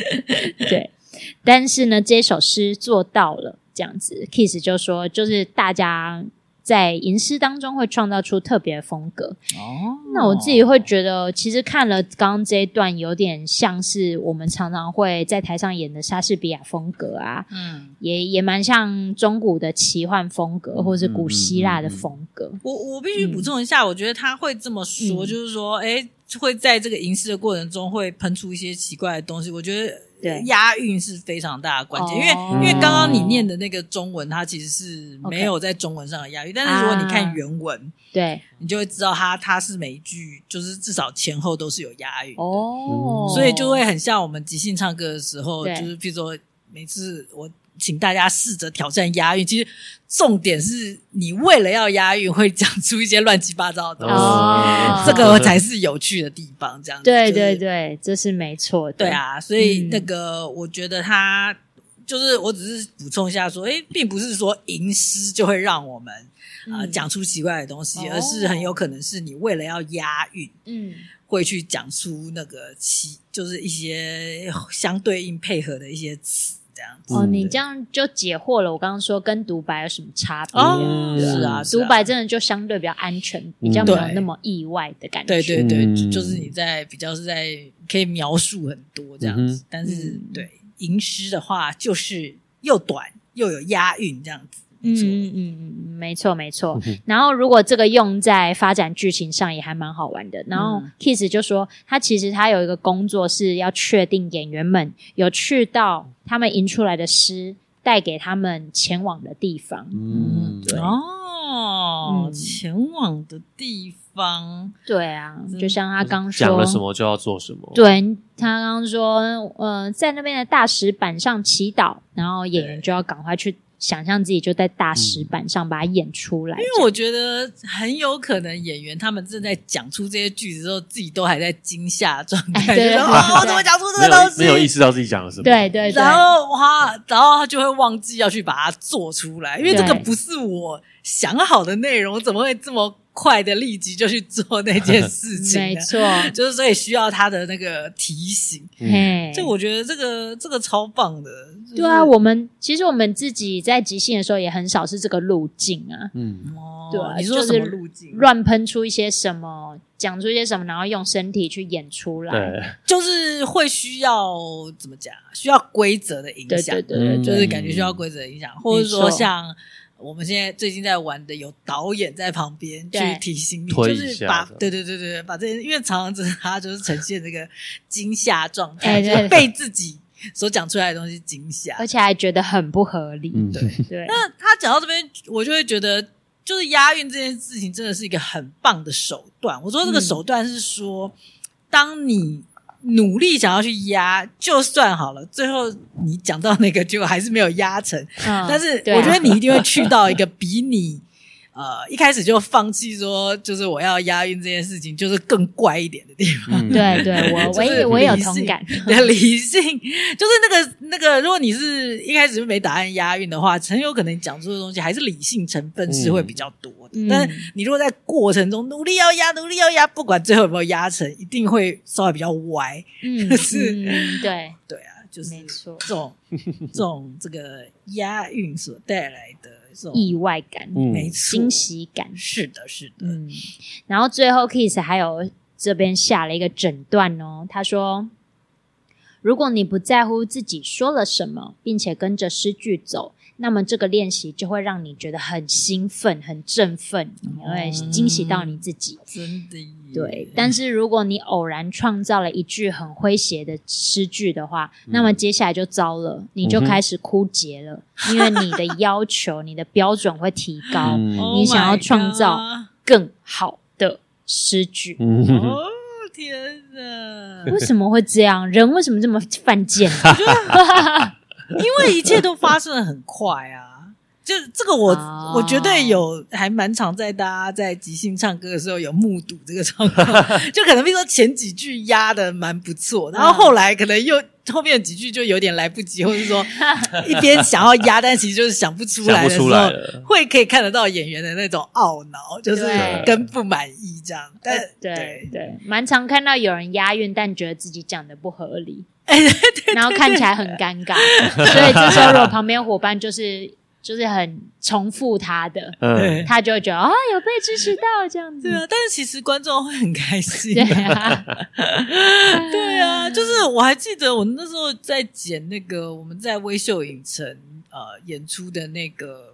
Speaker 2: 对， 但是呢，这首诗做到了这样子，Kiss 就说，就是大家在吟诗当中会创造出特别的风格，
Speaker 1: 哦，
Speaker 2: 那我自己会觉得，其实看了刚刚这一段，有点像是我们常常会在台上演的莎士比亚风格啊，
Speaker 1: 嗯，
Speaker 2: 也也蛮像中古的奇幻风格，或者是古希腊
Speaker 1: 嗯
Speaker 2: 的风格。
Speaker 1: 我我必须补充一下，我觉得他会这么说，
Speaker 2: 嗯
Speaker 1: 就是说，哎，会在这个吟诗的过程中会喷出一些奇怪的东西。我觉得
Speaker 2: 对
Speaker 1: 押韵是非常大的关键，因为
Speaker 2: 哦
Speaker 1: 因为刚刚你念的那个中文，它其实是没有在中文上的押韵，但是如果你
Speaker 2: 啊
Speaker 1: 看原文，
Speaker 2: 对
Speaker 1: 你就会知道它它是每一句就是至少前后都是有押韵的。
Speaker 2: 哦，
Speaker 1: 所以就会很像我们即兴唱歌的时候，
Speaker 2: 对
Speaker 1: 就是譬如说每次我请大家试着挑战押韵，其实重点是你为了要押韵会讲出一些乱七八糟的东西，
Speaker 3: 嗯
Speaker 2: 哦
Speaker 1: 这个才是有趣的地方。这样子
Speaker 2: 对
Speaker 1: 就是
Speaker 2: 对对，这是没错的。
Speaker 1: 对，啊，所以
Speaker 2: 嗯
Speaker 1: 那个我觉得他。就是我只是补充一下说，诶，并不是说吟诗就会让我们啊、呃
Speaker 2: 嗯
Speaker 1: 讲出奇怪的东西，
Speaker 2: 哦
Speaker 1: 而是很有可能是你为了要押韵，
Speaker 2: 嗯，
Speaker 1: 会去讲出那个其就是一些相对应配合的一些词，这样子。
Speaker 2: 哦，
Speaker 3: 嗯
Speaker 2: 你这样就解惑了。我刚刚说跟独白有什么差别？
Speaker 1: 哦
Speaker 3: 嗯
Speaker 1: 是啊，是
Speaker 2: 独
Speaker 1: 啊
Speaker 2: 白真的就相对比较安全，比较没有那么意外的感觉。
Speaker 1: 对对对，
Speaker 3: 嗯
Speaker 1: 就就是你在比较是在可以描述很多这样子，
Speaker 3: 嗯哼
Speaker 1: 但是
Speaker 2: 嗯
Speaker 1: 对吟诗的话，就是又短又有押韵这样子。没错
Speaker 2: 嗯嗯嗯嗯，没错没错
Speaker 3: 嗯哼。
Speaker 2: 然后如果这个用在发展剧情上也还蛮好玩的。然后
Speaker 1: 嗯
Speaker 2: Kiss 就说，他其实他有一个工作是要确定演员们有去到他们吟出来的诗带给他们前往的地方。
Speaker 3: 嗯，对
Speaker 1: 哦
Speaker 2: 嗯
Speaker 1: 前往的地方，
Speaker 2: 对啊，
Speaker 1: 嗯
Speaker 2: 就像他刚说
Speaker 3: 讲了什么就要做什么，
Speaker 2: 对他刚刚说，呃，在那边的大石板上祈祷，然后演员就要赶快去想象自己就在大石板上把它演出来。
Speaker 1: 因为我觉得很有可能演员他们正在讲出这些句子之后，自己都还在惊吓状态，
Speaker 2: 哎对
Speaker 1: 就说
Speaker 2: 对
Speaker 1: 哦，
Speaker 2: 对
Speaker 1: 我怎么讲出
Speaker 3: 没
Speaker 1: 这个东
Speaker 3: 有
Speaker 1: 西？
Speaker 3: 没有意识到自己讲了什么，
Speaker 2: 对对对
Speaker 1: 然，后哇，然后他就会忘记要去把它做出来，因为这个不是我想好的内容，我怎么会这么快的立即就去做那件 事情
Speaker 2: 没
Speaker 1: 呢？
Speaker 2: 错，
Speaker 1: 就是所以需要他的那个提醒，
Speaker 3: 嗯，
Speaker 2: 嘿，
Speaker 1: 这我觉得这个这个超棒的。就是
Speaker 2: 对啊，我们其实我们自己在即兴的时候也很少是这个路径啊，
Speaker 3: 嗯
Speaker 1: 哦
Speaker 2: 对啊
Speaker 1: 你说
Speaker 2: 就是
Speaker 1: 什么路径？
Speaker 2: 乱喷出一些什么，讲出一些什么，然后用身体去演出来。
Speaker 3: 对，
Speaker 1: 就是会需要怎么讲？啊需要规则的影
Speaker 2: 对
Speaker 1: 响
Speaker 2: 对，对
Speaker 3: 嗯
Speaker 2: 对，
Speaker 1: 就是感觉需要规则的影响，或者说像我们现在最近在玩的，有导演在旁边去
Speaker 2: 对
Speaker 1: 提醒你，
Speaker 3: 推
Speaker 1: 就
Speaker 3: 一下
Speaker 1: 是把
Speaker 3: 这样
Speaker 1: 对对对对，把这些，因为常常就是他就是呈现这个惊吓状态，
Speaker 2: 哎
Speaker 1: 就
Speaker 2: 对
Speaker 1: 是被自己所讲出来的东西惊吓。
Speaker 2: 而且还觉得很不合理。
Speaker 3: 嗯
Speaker 1: 对
Speaker 2: 对，
Speaker 1: 那他讲到这边，我就会觉得，就是押韵这件事情真的是一个很棒的手段。我说这个
Speaker 2: 嗯
Speaker 1: 手段是说，当你努力想要去押，就算好了，最后你讲到那个，结果还是没有押成。
Speaker 2: 嗯
Speaker 1: 但是
Speaker 2: 对啊
Speaker 1: 我觉得你一定会去到一个比你。 呃，一开始就放弃说，就是我要押韵这件事情，就是更怪一点的地 方。
Speaker 3: 嗯
Speaker 2: 对对， 我我
Speaker 1: 就是
Speaker 2: 也我也有
Speaker 1: 理性
Speaker 2: 同感。
Speaker 1: 你的理性，就是那个那个，如果你是一开始就没答案押韵的话，很有可能讲出的东西还是理性成分是会比较多的。
Speaker 2: 嗯
Speaker 1: 但是你如果在过程中努力要押，努力要押，不管最后有没有押成，一定会稍微比较歪。
Speaker 2: 嗯，
Speaker 1: 是
Speaker 2: 嗯对，
Speaker 1: 对啊，就是
Speaker 2: 没错
Speaker 1: 这种这种这个押韵所带来的这种
Speaker 2: 意外感、
Speaker 3: 嗯
Speaker 1: 没错
Speaker 2: 惊，喜感。
Speaker 1: 是的，是的，
Speaker 2: 嗯，然后最后 Kiss 还有这边下了一个诊断哦，他说：如果你不在乎自己说了什么，并且跟着诗句走，那么这个练习就会让你觉得很兴奋、很振奋，你会惊喜到你自己。
Speaker 1: 真的耶
Speaker 2: 哦对，但是如果你偶然创造了一句很诙谐的诗句的话，那么接下来就糟了，你就
Speaker 3: 嗯哼
Speaker 2: 开始枯竭了，因为你的要求、 你的标准会提高，
Speaker 3: 嗯
Speaker 1: Oh
Speaker 2: 你想要
Speaker 1: my
Speaker 2: 创造
Speaker 1: God
Speaker 2: 更好的诗句。
Speaker 3: 嗯哼哼，
Speaker 1: 哦天哪！
Speaker 2: 为什么会这样？人为什么这么犯贱？
Speaker 1: 因为一切都发生的很快啊。就这个我，
Speaker 2: 哦
Speaker 1: 我绝对有，还蛮常在大家在即兴唱歌的时候有目睹这个状况。 就可能比如说前几句压的蛮不错，然后后来可能又后面几句就有点来不及，或者 说一边想要压，但其实就是想不出来的
Speaker 3: 想不
Speaker 1: 时
Speaker 3: 出
Speaker 1: 候，
Speaker 3: 来了。
Speaker 1: 会可以看得到演员的那种懊恼，就是
Speaker 2: 对呃
Speaker 1: 跟不满意这样。但
Speaker 2: 对对，蛮常看到有人押韵，但觉得自己讲的不合理，
Speaker 1: 哎 对
Speaker 2: 然后看起来很尴尬。所以这时候，如果旁边伙伴就是就是很重复他的，
Speaker 3: 嗯，
Speaker 2: 他就会觉得啊，有被支持到这样
Speaker 1: 对
Speaker 2: 子。
Speaker 1: 啊，但是其实观众会很开 心
Speaker 2: 对
Speaker 1: 啊、
Speaker 2: 啊，
Speaker 1: 对啊，就是我还记得我那时候在剪那个我们在微秀影城呃演出的那个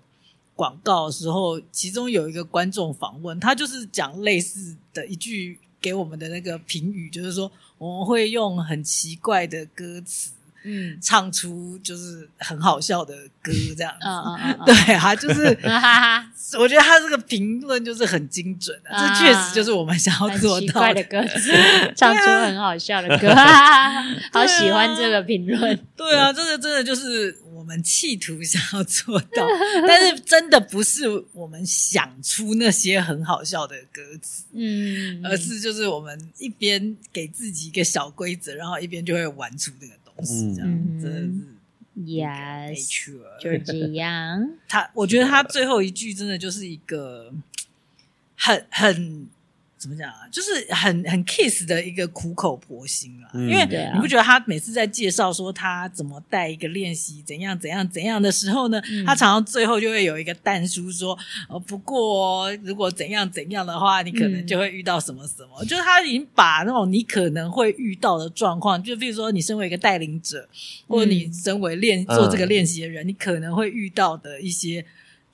Speaker 1: 广告的时候，其中有一个观众访问，他就是讲类似的一句给我们的那个评语，就是说我们会用很奇怪的歌词
Speaker 2: 嗯
Speaker 1: 唱出就是很好笑的歌这样子。
Speaker 2: 嗯嗯嗯嗯，
Speaker 1: 对 啊，就是
Speaker 2: 哈哈
Speaker 1: 我觉得他这个评论就是很精准的、
Speaker 2: 啊
Speaker 1: 这确实就是我们想
Speaker 2: 哈，
Speaker 1: 要
Speaker 2: 很
Speaker 1: 做
Speaker 2: 奇
Speaker 1: 到
Speaker 2: 怪
Speaker 1: 的
Speaker 2: 的。歌词，
Speaker 1: 啊
Speaker 2: 唱出很好笑的 歌，哈哈哈好喜欢这个评论。
Speaker 1: 对啊，这个真的就是我们企图想要做 到，但是真的不是我们想出那些很好笑的歌词，
Speaker 2: 嗯，
Speaker 1: 而呃是就是我们一边给自己一个小规则，然后一边就会玩出这个东西，
Speaker 2: 嗯
Speaker 1: 这样真的是
Speaker 2: yes，就
Speaker 1: nature。
Speaker 2: 是这样。
Speaker 1: 他，我觉得他最后一句真的就是一个很很怎么讲啊，就是很很 kiss 的一个苦口婆心啦。
Speaker 3: 嗯
Speaker 1: 因为
Speaker 2: 对啊
Speaker 1: 你不觉得他每次在介绍说他怎么带一个练习怎样怎样怎样的时候呢，
Speaker 2: 嗯
Speaker 1: 他常常最后就会有一个淡书说，呃，不过、哦、如果怎样怎样的话，你可能
Speaker 2: 嗯
Speaker 1: 就会遇到什么什么。就是他已经把那种你可能会遇到的状况，就比如说你身为一个带领者，或者你
Speaker 2: 嗯
Speaker 1: 身为练做这个练习的人，你可能会遇到的一些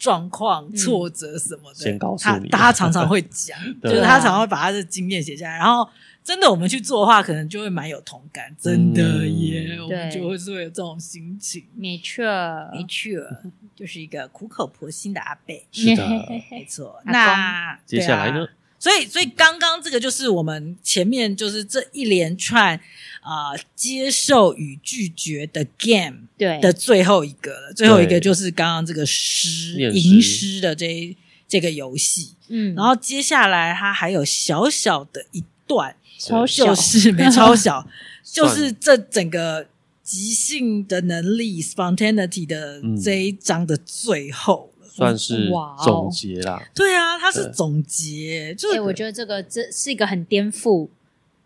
Speaker 1: 状况、
Speaker 2: 嗯
Speaker 1: 挫折什么的，
Speaker 3: 先告诉
Speaker 1: 他
Speaker 3: 你
Speaker 1: 他常常会讲，就
Speaker 3: 对
Speaker 1: 是
Speaker 3: 啊
Speaker 1: 他常常会把他的经验写下来，然后真的我们去做的话，可能就会蛮有同感，真的
Speaker 3: 嗯
Speaker 1: 耶，我们
Speaker 2: 对
Speaker 1: 就会是会有这种心情。
Speaker 2: 没错， 哎
Speaker 1: 没错，就是一个苦口婆心的阿贝，
Speaker 3: 是的。
Speaker 1: 没错。
Speaker 2: 阿
Speaker 1: 那
Speaker 3: 接下来呢？
Speaker 1: 对啊？所以，所以刚刚这个就是我们前面就是这一连串啊、呃接受与拒绝的 game
Speaker 2: 对
Speaker 1: 的最后一个了。最后一个
Speaker 3: 对
Speaker 1: 就是刚刚这个诗
Speaker 3: 念诗
Speaker 1: 吟诗的这一这个游戏，
Speaker 2: 嗯，
Speaker 1: 然后接下来它还有小小的一段，
Speaker 2: 超小
Speaker 1: 就，是没超小，就是
Speaker 3: 算
Speaker 1: 这整个即兴的能力 spontaneity 的
Speaker 3: 嗯
Speaker 1: 这一章的最后了。
Speaker 3: 算是
Speaker 2: 哇哦
Speaker 3: 总结啦。
Speaker 1: 对啊，它是
Speaker 3: 对
Speaker 1: 总结，就是、
Speaker 2: 哎，我觉得这个这是一个很颠覆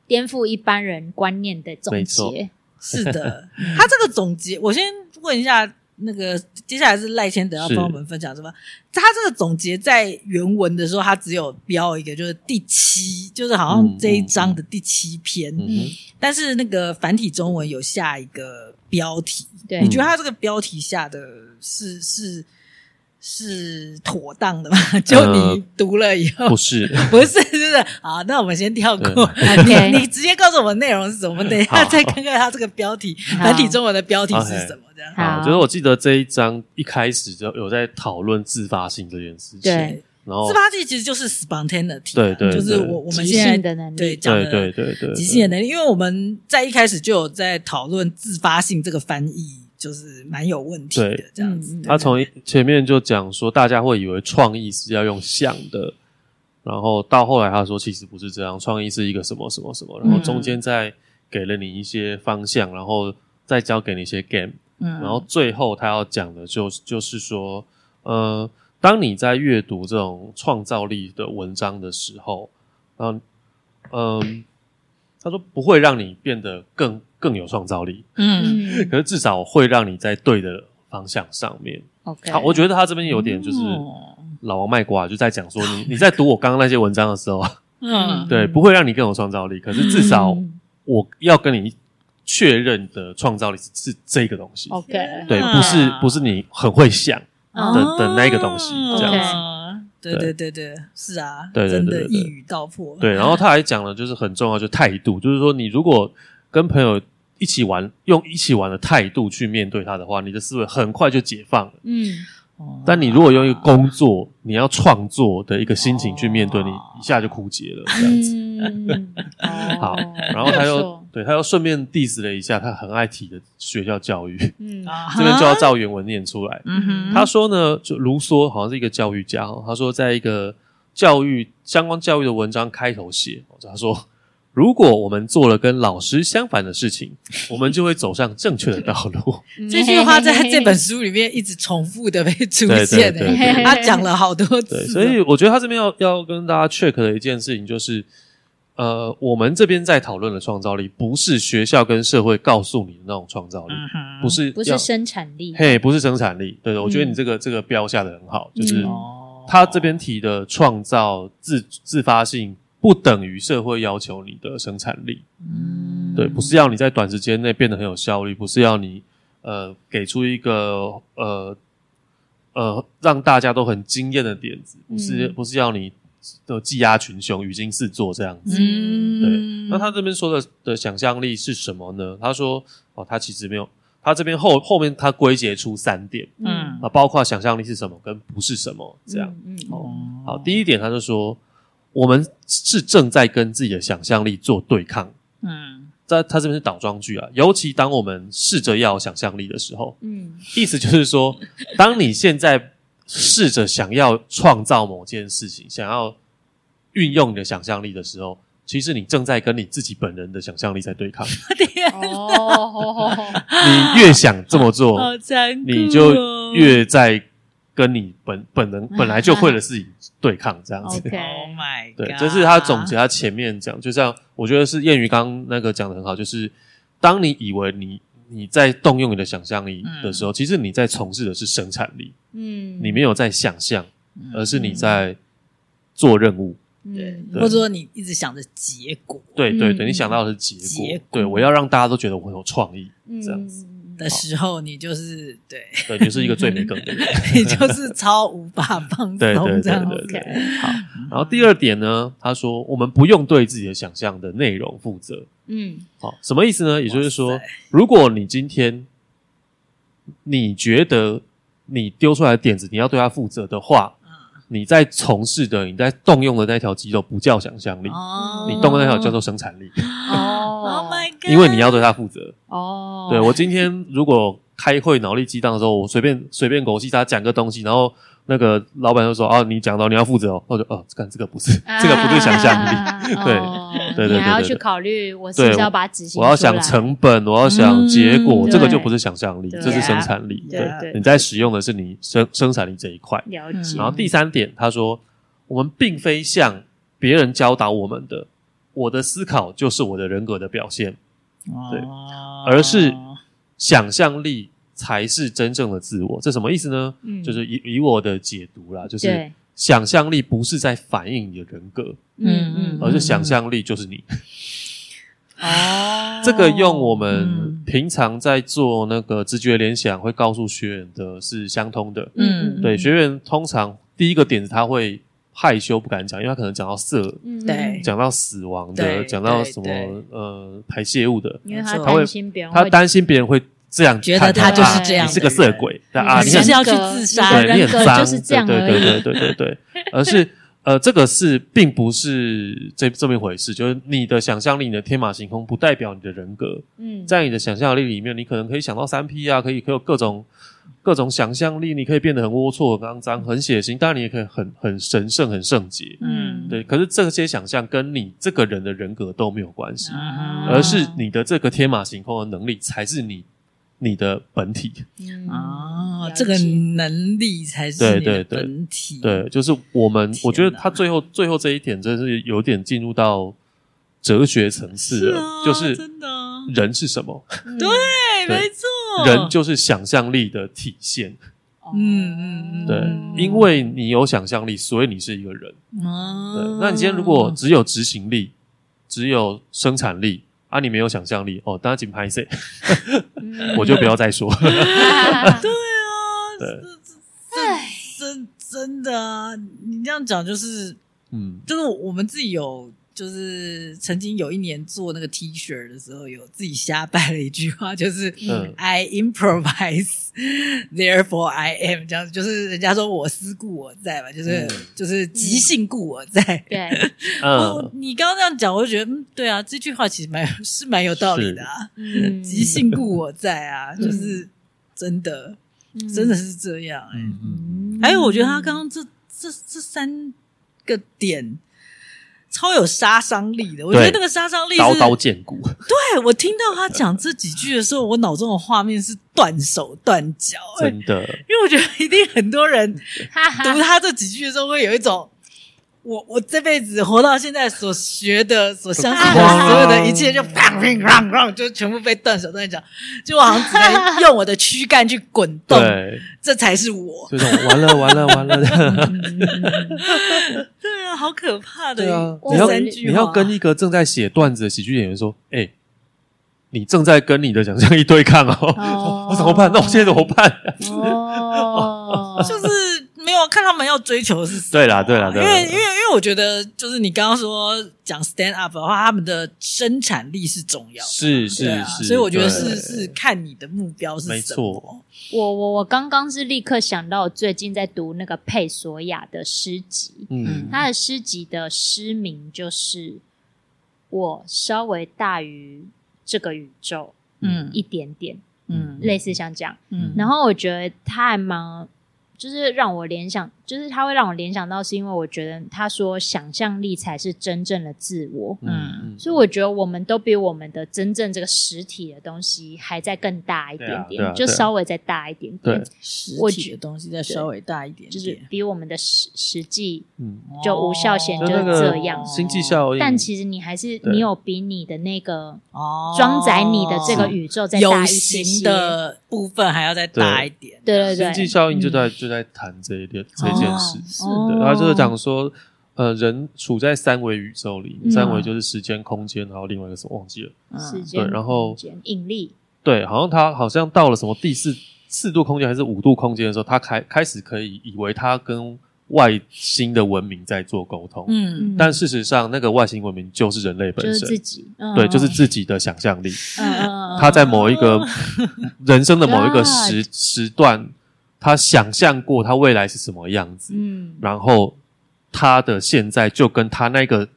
Speaker 2: 颠覆一般人观念的总
Speaker 3: 没错
Speaker 2: 结。
Speaker 1: 是的，
Speaker 3: 嗯
Speaker 1: 他这个总结，我先问一下，那个接下来是赖千德要
Speaker 3: 是
Speaker 1: 帮我们分享什么？他这个总结在原文的时候，他只有标一个，就是第七，就是好像这一章的第七篇，
Speaker 3: 嗯
Speaker 2: 嗯，
Speaker 1: 但是那个繁体中文有下一个标题，
Speaker 2: 对
Speaker 3: 嗯
Speaker 1: 你，觉得他这个标题下的是是是妥当的吗？就
Speaker 3: 呃
Speaker 1: 你读了以后，
Speaker 3: 不是，
Speaker 1: 不是，就是好，那我们先跳过。
Speaker 2: OK
Speaker 1: 你你直接告诉我们内容是什么，我们等一下
Speaker 3: 好
Speaker 1: 再看看它这个标题，繁体中文的标题是什么。这样，
Speaker 2: 好
Speaker 3: 好，就是我记得这一章一开始就有在讨论自发性这件事情，
Speaker 2: 对
Speaker 3: 然后
Speaker 1: 自发性其实就是 spontaneity，啊
Speaker 3: 对对对
Speaker 1: 就是我我们
Speaker 2: 即
Speaker 1: 现在
Speaker 2: 兴的能力
Speaker 1: 对讲
Speaker 3: 对
Speaker 1: 的
Speaker 3: 对对对，
Speaker 1: 即兴的能力，因为我们在一开始就有在讨论自发性这个翻译，就是蛮有问题的
Speaker 3: 对
Speaker 1: 这样子
Speaker 2: 嗯嗯。
Speaker 3: 他从一前面就讲说，大家会以为创意是要用想的，然后到后来他说其实不是这样，创意是一个什么什么什么，然后中间再给了你一些方向，然后再教给你一些 game，
Speaker 1: 嗯
Speaker 3: 然后最后他要讲的就就是说，呃，当你在阅读这种创造力的文章的时候，嗯、嗯、他说不会让你变得更更有创造力，
Speaker 1: 嗯
Speaker 2: 嗯
Speaker 3: 可是至少会让你在对的方向上面。
Speaker 2: ，OK，
Speaker 3: 好，我觉得他这边有点就是
Speaker 1: 哦
Speaker 3: 老王卖瓜，就在讲说 你你在读我刚刚那些文章的时候，
Speaker 1: 嗯
Speaker 3: 对，不会让你更有创造力，可是至少
Speaker 2: 嗯
Speaker 3: 我要跟你确认的创造力是是这个东西，
Speaker 2: OK，
Speaker 3: 对，
Speaker 1: 啊
Speaker 3: 不是不是你很会想，
Speaker 2: 嗯
Speaker 1: 哦
Speaker 3: 的的那一个东西
Speaker 2: 这样子
Speaker 1: 子。哦对对对对，是啊，
Speaker 3: 对对
Speaker 1: 真
Speaker 3: 对
Speaker 1: 的，
Speaker 3: 对对
Speaker 1: 一语道破。
Speaker 3: 对，然后他还讲了，就是很重要，就是态度，就是说你如果跟朋友一起玩，用一起玩的态度去面对他的话，你的思维很快就解放了。
Speaker 2: 嗯，
Speaker 1: 哦，
Speaker 3: 但你如果用一个工作，你要创作的一个心情去面对，
Speaker 1: 哦
Speaker 3: 你一下就枯竭了。这样子
Speaker 2: 嗯， 好，
Speaker 3: 好然后他
Speaker 2: 没
Speaker 3: 又
Speaker 2: 错
Speaker 3: 对他又顺便 diss 了一下他很爱提的学校教育，
Speaker 2: 嗯
Speaker 1: 啊哈
Speaker 3: 这边就要照原文念出来。
Speaker 1: 嗯哼，
Speaker 3: 他说呢，就卢梭好像是一个教育家哦，他说在一个教育相关教育的文章开头写，他说如果我们做了跟老师相反的 事情，我们就会走上正确的道路。
Speaker 2: 嗯
Speaker 1: 这句话在这本
Speaker 2: 书，
Speaker 1: 书里面一直重复的被出
Speaker 3: 对对
Speaker 1: 现
Speaker 3: 对对
Speaker 1: 欸，
Speaker 2: 对
Speaker 1: 他讲了好多
Speaker 3: 对，
Speaker 1: 次，
Speaker 3: 所以我觉得他这边要要跟大家 check 的一件事情就是。呃，我们这边在讨论的创造力，不是学校跟社会告诉你的那种创造力，
Speaker 1: 嗯哼
Speaker 3: 不是
Speaker 2: 不
Speaker 3: 要
Speaker 2: 是生产力，
Speaker 3: 嘿，不是生产力。对的，我觉
Speaker 2: 嗯
Speaker 3: 得你这个、这个标下的很好，就
Speaker 2: 嗯
Speaker 3: 是、
Speaker 1: 哦
Speaker 3: 他这边提的创造自自发性，不等于社会要求你的生产力。
Speaker 1: 嗯
Speaker 3: 对，不是要你在短时间内变得很有效率，不是要你呃给出一个呃呃让大家都很惊艳的点子，不是、
Speaker 2: 嗯
Speaker 3: 不是要你的技压群雄、与惊四座这样子。
Speaker 1: 嗯，
Speaker 3: 那他这边说的的想象力是什么呢？他说哦，他其实没有，他这边后后面他归结出三点
Speaker 1: 嗯
Speaker 3: 啊，包括想象力是什么跟不是什么这样。，
Speaker 2: 嗯
Speaker 1: 哦
Speaker 3: 好，第一点他就说，我们是正在跟自己的想象力做对抗。
Speaker 1: 嗯
Speaker 3: 在他这边是倒装句啊，尤其当我们试着要有想象力的时候，
Speaker 2: 嗯
Speaker 3: 意思就是说，当你现在试着想要创造某件事情，想要运用你的想象力的时候，其实你正在跟你自己本人的想象力在 对抗。
Speaker 2: 嗯， 哦，
Speaker 3: 你越想这么做
Speaker 1: 好，残酷哦，哎
Speaker 3: 你就越在跟你本本能本来就会的事情对抗，这样子。
Speaker 2: OK
Speaker 1: Oh my God，
Speaker 3: 对，这是他总结他前面讲，就像我觉得是谚语刚刚那个讲的很好，就是当你以为你你在动用你的想象力的时候，其实你在从事的是生产力，
Speaker 2: 嗯，
Speaker 3: 你没有在想象，
Speaker 1: 嗯，
Speaker 3: 而是你在做任务。
Speaker 1: 对，
Speaker 2: 嗯
Speaker 1: 或者说你一直想着结果
Speaker 3: 对对对，
Speaker 2: 嗯
Speaker 3: 你想到的是结果，
Speaker 1: 结果
Speaker 3: 对我要让大家都觉得我很有创意，这样子，
Speaker 2: 嗯
Speaker 1: 的时候，你就是对，
Speaker 3: 对，就是一个最没梗的人。
Speaker 1: 你就是超无法放
Speaker 3: 对对
Speaker 1: 松这
Speaker 3: 对
Speaker 1: 样
Speaker 3: 对
Speaker 1: 子。
Speaker 3: 对，好。然后第二点呢，他说我们不用对自己的想象的内容负责。
Speaker 2: 嗯
Speaker 3: 好、什么意思呢？也就是
Speaker 1: 哇
Speaker 3: 说
Speaker 1: 塞，
Speaker 3: 如果你今天你觉得你丢出来的点子，你要对它负责的话，
Speaker 1: 嗯
Speaker 3: 你在从事的、你在动用的那条肌肉不叫想象力，
Speaker 1: 哦
Speaker 3: 你动的那条叫做生 产力，
Speaker 2: 哦
Speaker 1: Oh my God！
Speaker 3: 因为你要对它负责。
Speaker 2: 哦，
Speaker 3: 对我今天如果开会脑力激荡的时候，我随便随便狗屁他讲个东西，然后。那个老板就说：“哦，你讲到你要负责哦。”我就哦，看这个不是，
Speaker 1: 啊
Speaker 3: 这个不是想象力，
Speaker 2: 力
Speaker 3: 对对对对
Speaker 2: 啊哦你还要
Speaker 3: 对
Speaker 2: 去
Speaker 3: 对
Speaker 2: 考虑我是不是
Speaker 3: 对
Speaker 2: 要把它执行
Speaker 3: 我要
Speaker 2: 出来
Speaker 3: 想，成本，我要想结果，
Speaker 1: 嗯
Speaker 3: 这个
Speaker 2: 对
Speaker 3: 就不是想象力，
Speaker 2: 对啊
Speaker 3: 这是生产力。
Speaker 1: 对
Speaker 3: 对
Speaker 2: 对，
Speaker 3: 你在使用的是你生生产力这一块。
Speaker 2: 了
Speaker 1: 嗯
Speaker 2: 解，
Speaker 3: 然后第三点，他说我们并非像别人教导我们的，我的思考就是我的人格的表现，对
Speaker 1: 哦
Speaker 3: 而是想象力才是真正的自我。这什么意思呢？
Speaker 2: 嗯
Speaker 3: 就是以以我的解读啦，就是
Speaker 2: 对，
Speaker 3: 想象力不是在反映你的人格，
Speaker 1: 嗯嗯
Speaker 3: 而是想象力就是你。
Speaker 2: 哦，
Speaker 3: 这个用我们
Speaker 1: 嗯
Speaker 3: 平常在做那个直觉联想，会告诉学员的是相通的。
Speaker 1: 嗯
Speaker 3: 对，学员通常第一个点子他会害羞不敢讲，因为他可能讲到色，
Speaker 2: 嗯
Speaker 1: 对
Speaker 3: 讲到死亡的，
Speaker 1: 对
Speaker 3: 讲到
Speaker 1: 对
Speaker 3: 什
Speaker 1: 对
Speaker 3: 么呃排泄物的，
Speaker 2: 因为他
Speaker 1: 没错
Speaker 2: 担心别人
Speaker 3: 他
Speaker 2: 会
Speaker 3: 担心别人会这样
Speaker 1: 觉得
Speaker 3: 看啊
Speaker 1: 他
Speaker 2: 就是这样
Speaker 3: 你是
Speaker 1: 的
Speaker 3: 个色
Speaker 1: 人
Speaker 3: 鬼但啊，
Speaker 1: 嗯
Speaker 3: 你
Speaker 1: 就
Speaker 3: 很
Speaker 1: 是要去自杀
Speaker 2: 对
Speaker 3: 对你
Speaker 2: 人
Speaker 3: 很
Speaker 2: 格
Speaker 3: 脏，
Speaker 2: 就是这样
Speaker 3: 对
Speaker 2: 而
Speaker 3: 对
Speaker 2: 已。
Speaker 3: 对对对对，而是呃，这个是并不是这这么一回事，就是你的想象力、你的天马行空，不代表你的人格。
Speaker 2: 嗯，
Speaker 3: 在你的想象力里面，你可能可以想到三 P 啊，可以可以有各种各种想象力，你可以变得很龌龊、很肮脏、很血腥，当然你也可以很很神圣、很圣洁。
Speaker 1: 嗯
Speaker 3: 对，可是这些想象跟你这个人的人格都没有关系，
Speaker 1: 嗯
Speaker 3: 而是你的这个天马行空的能力才是你你的本体。
Speaker 2: 嗯
Speaker 1: 哦
Speaker 2: 了，解
Speaker 1: 这个能力才是
Speaker 3: 对
Speaker 1: 你的
Speaker 3: 对对
Speaker 1: 本体。
Speaker 3: 对，就是我们
Speaker 1: 天，哪
Speaker 3: 我觉得他最后最后这一点真的是有点进入到哲学层次了，
Speaker 1: 啊，
Speaker 3: 就是
Speaker 1: 真的啊，
Speaker 3: 人是什么？
Speaker 2: 嗯
Speaker 1: 对，
Speaker 3: 对
Speaker 1: 没错，
Speaker 3: 人就是想象力的体现。
Speaker 2: 哦
Speaker 1: 嗯嗯嗯
Speaker 3: 对，
Speaker 1: 嗯
Speaker 3: 因为你有想象力，所以你是一个人。对，
Speaker 1: 哦，
Speaker 3: 那你今天如果只有执行力，只有生产力啊，你没有想象力哦，大家紧拍 谁，
Speaker 2: 嗯
Speaker 3: 我就不要再说。
Speaker 1: 对啊，
Speaker 3: 对
Speaker 1: 这这这真真的啊，你这样讲就是
Speaker 3: 嗯，
Speaker 1: 就是我们自己有，就是曾经有一年做那个 T 恤的时候，有自己瞎掰了一句话，就是
Speaker 3: 嗯
Speaker 1: I improvise, therefore I am，这样子就是人家说我思故我在嘛，就是、
Speaker 3: 嗯
Speaker 1: 就是即兴故我在。
Speaker 2: 对，
Speaker 1: 我
Speaker 3: 嗯，
Speaker 1: 你刚刚这样讲，我就觉得嗯，对啊，这句话其实蛮有是蛮有道理的啊，
Speaker 2: 嗯
Speaker 1: 即兴故我在啊，就是真的、真的，是这样、欸。
Speaker 3: 嗯嗯
Speaker 2: 嗯
Speaker 1: 还有，我觉得他刚刚这这这三个点超有杀伤力的，我觉得那个杀伤力是，
Speaker 3: 刀刀见骨。
Speaker 1: 对我听到他讲这几句的时候，我脑中的画面是断手断脚、哎
Speaker 3: 真的，
Speaker 1: 因为我觉得一定很多人
Speaker 2: 哈哈
Speaker 1: 读他这几句的时候，会有一种。我我这辈子活到现在所学的、所相信的所有的一切，就砰砰砰砰，就全部被断手断脚，就我好像只能用我的躯干去滚动，
Speaker 3: 对，
Speaker 1: 这才是我。
Speaker 3: 就这种完了完了完了。
Speaker 1: 对啊，好可怕的
Speaker 3: 对啊，
Speaker 2: 我
Speaker 3: 你要
Speaker 1: 三
Speaker 3: 你
Speaker 1: 句话
Speaker 3: 要跟一个正在写段子的喜剧演员说，哎，你正在跟你的想象力对抗哦
Speaker 2: 哦，
Speaker 3: 我怎么办？那我现在怎么办？
Speaker 2: 哦，
Speaker 1: 就是没有看他们要追求的是什么
Speaker 3: 对啦对啦对
Speaker 1: 因
Speaker 3: 啦
Speaker 1: 为因为因为我觉得就是你刚刚说讲 stand up 的话，他们的生产力是重要的，
Speaker 3: 是
Speaker 1: 对
Speaker 3: 是
Speaker 1: 啊
Speaker 3: 是，
Speaker 1: 所以我觉得
Speaker 3: 对
Speaker 1: 是是看你的目标是
Speaker 3: 没
Speaker 1: 什
Speaker 3: 错
Speaker 1: 么。
Speaker 2: 我我我刚刚是立刻想到，我最近在读那个佩索亚的诗集，
Speaker 3: 嗯
Speaker 2: 他的诗集的诗名就是“我稍微大于这个宇宙
Speaker 1: 嗯
Speaker 2: 一点点”，
Speaker 1: 嗯
Speaker 2: 类似像这样。
Speaker 1: 嗯，
Speaker 2: 然后我觉得他还蛮，就是让我联想，就是他会让我联想到，是因为我觉得他说想象力才是真正的自我，
Speaker 3: 嗯，
Speaker 2: 所以我觉得我们都比我们的真正这个实体的东西还在更大一点
Speaker 3: 对啊
Speaker 2: 点，
Speaker 3: 对啊
Speaker 2: 就
Speaker 3: 对啊
Speaker 2: 稍微再大一点
Speaker 3: 对
Speaker 2: 点，，
Speaker 1: 实
Speaker 2: 我
Speaker 1: 体
Speaker 2: 觉
Speaker 1: 的东西再稍微大一点点，哦
Speaker 2: 就是比我们的实实际
Speaker 3: 嗯，
Speaker 2: 就无效险
Speaker 3: 就
Speaker 2: 就是
Speaker 3: 那
Speaker 2: 这
Speaker 3: 个
Speaker 2: 样哦
Speaker 3: 《星际效应》，
Speaker 2: 但其实你还是
Speaker 3: 对
Speaker 2: 你有比你的那个
Speaker 1: 哦
Speaker 2: 装载你的这个宇宙再大
Speaker 1: 有
Speaker 2: 一些
Speaker 1: 形
Speaker 2: 些，
Speaker 1: 的部分还要再大一点，
Speaker 2: 对对
Speaker 3: 经济
Speaker 2: 对，
Speaker 3: 效应就在、就在谈这一点这件事，
Speaker 2: 哦
Speaker 3: 对，他就是讲说，呃，人处在三维宇宙里，
Speaker 2: 嗯
Speaker 3: 三维就是时间、空间，然后另外一个什么忘记了，
Speaker 2: 时
Speaker 1: 嗯
Speaker 2: 间、
Speaker 3: 对然后
Speaker 2: 空间引力，
Speaker 3: 对，好像他好像到了什么第四四度空间还是五度空间的时候，他开开始可以以为他跟外星的文明在做沟通，
Speaker 1: 嗯
Speaker 2: 嗯
Speaker 3: 但事实上那个外星文明就是人类
Speaker 2: 就
Speaker 3: 本
Speaker 2: 是
Speaker 3: 身，
Speaker 2: 自己，嗯
Speaker 3: 对，就是自己的想象力，
Speaker 2: 嗯嗯嗯嗯
Speaker 3: 他在某一 个人生的某一个
Speaker 2: God
Speaker 3: 时时段，他想象过他未来是什么样子，
Speaker 2: 嗯
Speaker 3: 然后他的现在就跟他那个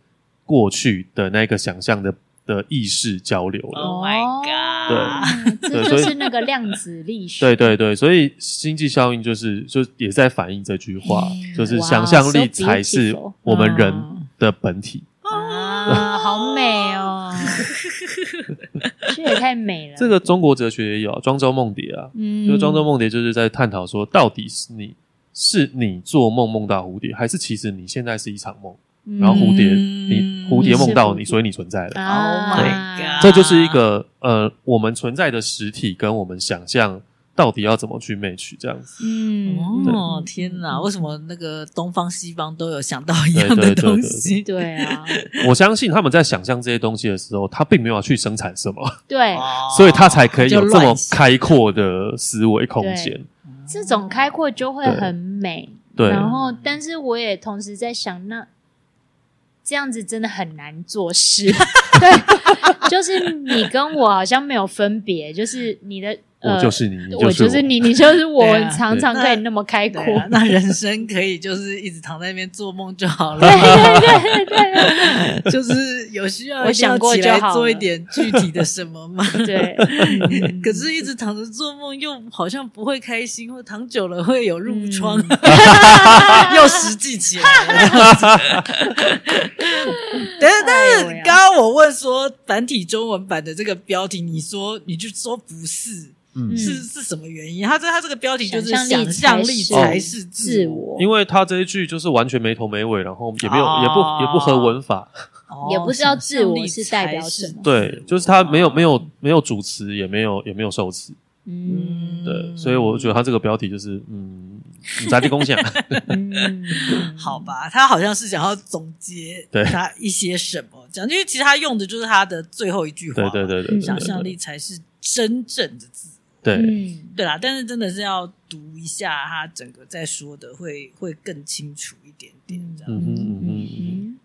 Speaker 3: 过去的那个想象的的意识交流
Speaker 2: 哦
Speaker 3: 了。
Speaker 1: Oh my
Speaker 2: 对
Speaker 1: god
Speaker 3: 对
Speaker 2: 嗯这就
Speaker 3: 所以
Speaker 2: 是那个量子力学，
Speaker 3: 对对对，所以星际效应就是就也在反映这句话，就是
Speaker 2: 嗯哇
Speaker 3: 想象力
Speaker 2: so
Speaker 3: 才是
Speaker 2: beautiful
Speaker 3: 我们人
Speaker 1: 嗯
Speaker 3: 的本体。
Speaker 2: 啊，好美哦，这也太美了，
Speaker 3: 这个中国哲学也有啊庄周梦蝶啊，
Speaker 2: 嗯，
Speaker 3: 就庄周梦蝶就是在探讨说，到底是你是你做梦梦到蝴蝶，还是其实你现在是一场梦，
Speaker 2: 嗯，
Speaker 3: 然后蝴蝶
Speaker 1: 嗯
Speaker 3: 你蝴蝶梦到
Speaker 2: 你是蝴蝶
Speaker 3: 你，所以你存在了。
Speaker 2: 啊
Speaker 1: Oh my god
Speaker 3: 这就是一个呃，我们存在的实体跟我们想象到底要怎么去 match 这样子。
Speaker 2: 嗯，
Speaker 1: 哦
Speaker 2: 嗯，
Speaker 1: 天哪！
Speaker 2: 嗯
Speaker 1: 为什么那个东方西方都有想到一
Speaker 3: 对
Speaker 1: 样
Speaker 3: 对
Speaker 1: 的
Speaker 3: 对
Speaker 1: 东
Speaker 3: 对
Speaker 1: 西？
Speaker 2: 对啊，
Speaker 3: 我相信他们在想象这些东西的时候，他并没有去生产什么，
Speaker 2: 对，
Speaker 1: 哦
Speaker 3: 所以他才可以有这
Speaker 1: 就
Speaker 3: 么
Speaker 1: 乱想
Speaker 3: 开阔的思维空间
Speaker 2: 对。这种开阔就会很美。
Speaker 3: 对
Speaker 2: 然后，但是我也同时在想，那这样子真的很难做 事。对，就是你跟我好像没有分别，就是你的，呃、
Speaker 3: 我就是你，你
Speaker 2: 我
Speaker 3: 是
Speaker 2: 就
Speaker 3: 我
Speaker 2: 是，你，你就是我，
Speaker 1: 对啊
Speaker 2: 常常可以那么开阔。
Speaker 1: 对啊，那人生可以就是一直躺在那边做梦就好
Speaker 2: 对
Speaker 1: 了，
Speaker 2: 对对对
Speaker 1: 就是有需要
Speaker 2: 我
Speaker 1: 一定要
Speaker 2: 想过
Speaker 1: 起
Speaker 2: 就
Speaker 1: 来
Speaker 2: 好
Speaker 1: 做一
Speaker 2: 了
Speaker 1: 点具体的什么吗？
Speaker 2: 对 对，
Speaker 1: 可是，一直躺着做梦又好像不会开心，或躺久了会有褥
Speaker 2: 嗯
Speaker 1: 疮， 又实际起来 了。
Speaker 2: 哎
Speaker 1: 但是，但是
Speaker 2: 哎呦呀
Speaker 1: 刚刚我问说繁体中文版的这个标题，你说你就说不是，
Speaker 3: 嗯
Speaker 2: 嗯，
Speaker 1: 是是什么原因？他这他这个标题就是
Speaker 2: 想象力
Speaker 1: 想象力
Speaker 2: 才
Speaker 1: 才
Speaker 2: 是
Speaker 1: 是自
Speaker 2: 自
Speaker 1: 我。
Speaker 2: 我，
Speaker 3: 因为他这一句就是完全没头没尾，然后也没有、
Speaker 1: 哦
Speaker 3: 也不也不合文法，
Speaker 1: 哦
Speaker 2: 也不知道自我是
Speaker 1: 想象力
Speaker 2: 代表
Speaker 1: 才哦
Speaker 2: 什么
Speaker 3: 对，就是他没
Speaker 2: 哦
Speaker 3: 有没有没有主词，也没有也没有受词，
Speaker 2: 嗯
Speaker 3: 对，所以我觉得他这个标题就是嗯，杂技共 享，
Speaker 2: 嗯，
Speaker 1: 好吧，他好像是想要总结
Speaker 3: 对
Speaker 1: 他一些什么，讲，因为其实他用的就是他的最后一句话
Speaker 3: 对
Speaker 1: 嘛，
Speaker 3: 对对对对，
Speaker 1: 想象力才是真正的字。
Speaker 3: 对，对
Speaker 2: 嗯，
Speaker 1: 对啦，但是真的是要读一下他整个在说的会，会更清楚一点点。这样、
Speaker 3: 嗯哼嗯哼嗯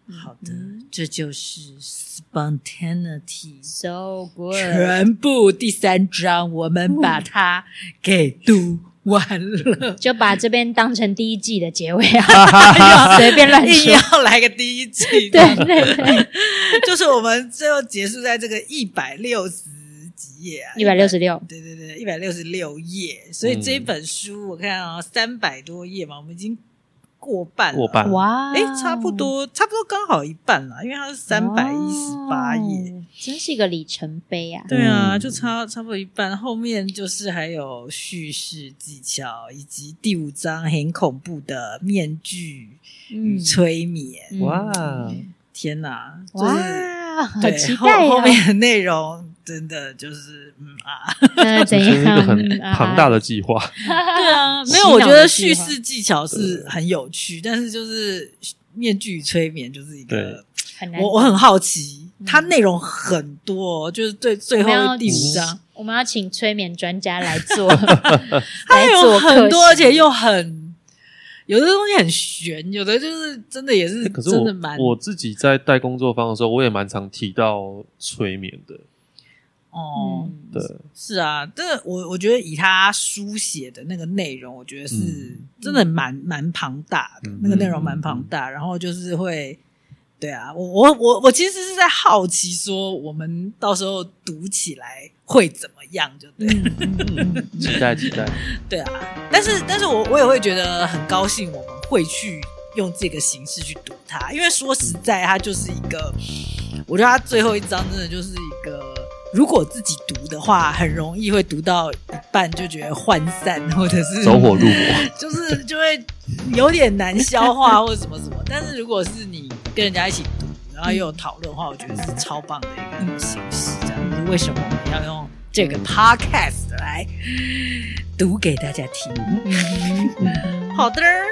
Speaker 2: 嗯
Speaker 1: 好的，这就是 spontaneity。
Speaker 2: ，so good，。
Speaker 1: 全部第三章，我们把它给读完了
Speaker 2: 就把这边当成第一季的结尾啊， 随便乱
Speaker 1: 硬
Speaker 2: 说，
Speaker 1: 要来个第一季，
Speaker 2: 对对对，
Speaker 1: 就是我们最后结束在这个一百六十几页、啊，
Speaker 2: 一百六十六，
Speaker 1: 对对对，一百六十六页，所以
Speaker 3: 嗯
Speaker 1: 这本书我看啊，三百多页嘛，我们已经过半了，
Speaker 3: 过半
Speaker 2: 哇，
Speaker 1: 哎，差不，多，差不多刚好一半了，因为它是三百一十八页，
Speaker 2: 哦，真是一个里程碑啊！
Speaker 1: 对啊，
Speaker 3: 嗯
Speaker 1: 就差差不多一半。后面就是还有叙事技巧，以及第五章很恐怖的面具与催眠。
Speaker 2: 嗯
Speaker 3: 哇，
Speaker 1: 天哪，就是
Speaker 2: 哇，好
Speaker 1: 对
Speaker 2: 期
Speaker 1: 后
Speaker 2: 待
Speaker 1: 后
Speaker 2: 哦！
Speaker 1: 面的内容真的就是嗯啊。
Speaker 2: 那怎
Speaker 3: 这
Speaker 2: 样？
Speaker 3: 是一个很
Speaker 2: 嗯啊
Speaker 3: 庞大的计划，
Speaker 1: 对啊，没
Speaker 2: 洗
Speaker 1: 有，
Speaker 2: 脑
Speaker 1: 我觉得
Speaker 2: 的计
Speaker 1: 叙
Speaker 2: 划
Speaker 1: 事技巧是很有趣，但是就是面具与催眠就是一个，
Speaker 2: 很难。
Speaker 1: 我我很好奇，
Speaker 2: 嗯
Speaker 1: 它内容很多哦，就是最最
Speaker 2: 我们
Speaker 1: 后
Speaker 2: 要
Speaker 1: 第五章，，
Speaker 2: 我们要请催眠专家来做，
Speaker 1: 它
Speaker 2: 来
Speaker 1: 内容
Speaker 2: 做
Speaker 1: 很多，
Speaker 2: 课
Speaker 1: 而且又很有的东西很悬，有的就是真的也是
Speaker 2: 哎
Speaker 3: 欸 可是
Speaker 1: 真的蛮
Speaker 3: 我我自己在带工作坊的时候，我也蛮常提到催眠的，
Speaker 1: 哦，
Speaker 2: 嗯，
Speaker 3: 对，
Speaker 1: 是啊，但我我觉得以他书写的那个内容，我觉得是
Speaker 3: 嗯
Speaker 1: 真的蛮蛮庞大的
Speaker 3: 嗯，
Speaker 1: 那个内容蛮庞大，然后就是会，对啊，我我我我其实是在好奇说，我们到时候读起来会怎么样，就对
Speaker 2: 嗯嗯嗯嗯
Speaker 3: 期待期待，
Speaker 1: 对啊，但是但是我我也会觉得很高兴，我们会去用这个形式去读它，因为说实在，它就是一个，我觉得它最后一章真的就是一个，如果自己读的话，很容易会读到一半就觉得涣散，或者
Speaker 2: 嗯
Speaker 1: 是
Speaker 3: 走火入魔，
Speaker 1: 就是就会有点难消化或者什么什么。但是如果是你跟人家一起读，然后又有讨论的话，我觉得是超棒的一个形式。这样子，为什么我们要用这个 podcast 来读给大家听？好的儿，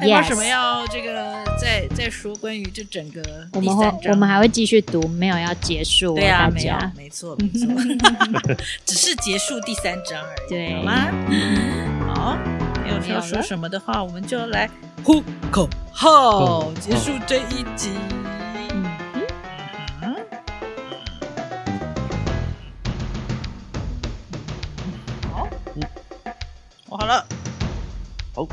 Speaker 1: 还有
Speaker 2: 嗯 Yes
Speaker 1: 什么要这个再再说关于这整个
Speaker 2: 我
Speaker 1: 第
Speaker 2: 们
Speaker 1: 三
Speaker 2: 会
Speaker 1: 章？
Speaker 2: 我们还会继续读，没有要结束哦，
Speaker 1: 对啊，
Speaker 2: 大
Speaker 1: 没有
Speaker 2: 家，
Speaker 1: 没错，没错， 只是结束第三章而已，
Speaker 2: 对
Speaker 1: 好吗？好，没有要说什么的话，我们就来呼口号，结束这一集。
Speaker 2: 嗯
Speaker 1: 好，我好了，
Speaker 3: 好，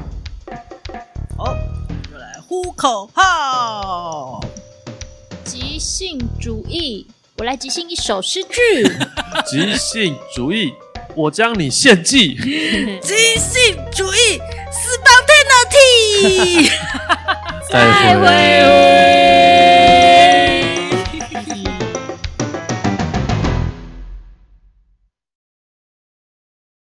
Speaker 1: 好，我们就来呼口号。
Speaker 2: 即兴主义，我来即兴一首诗句，
Speaker 3: 即兴主义，我将你献祭，
Speaker 1: 即兴主义 s p o n t a n i t y
Speaker 3: 再哎
Speaker 2: 再会哦。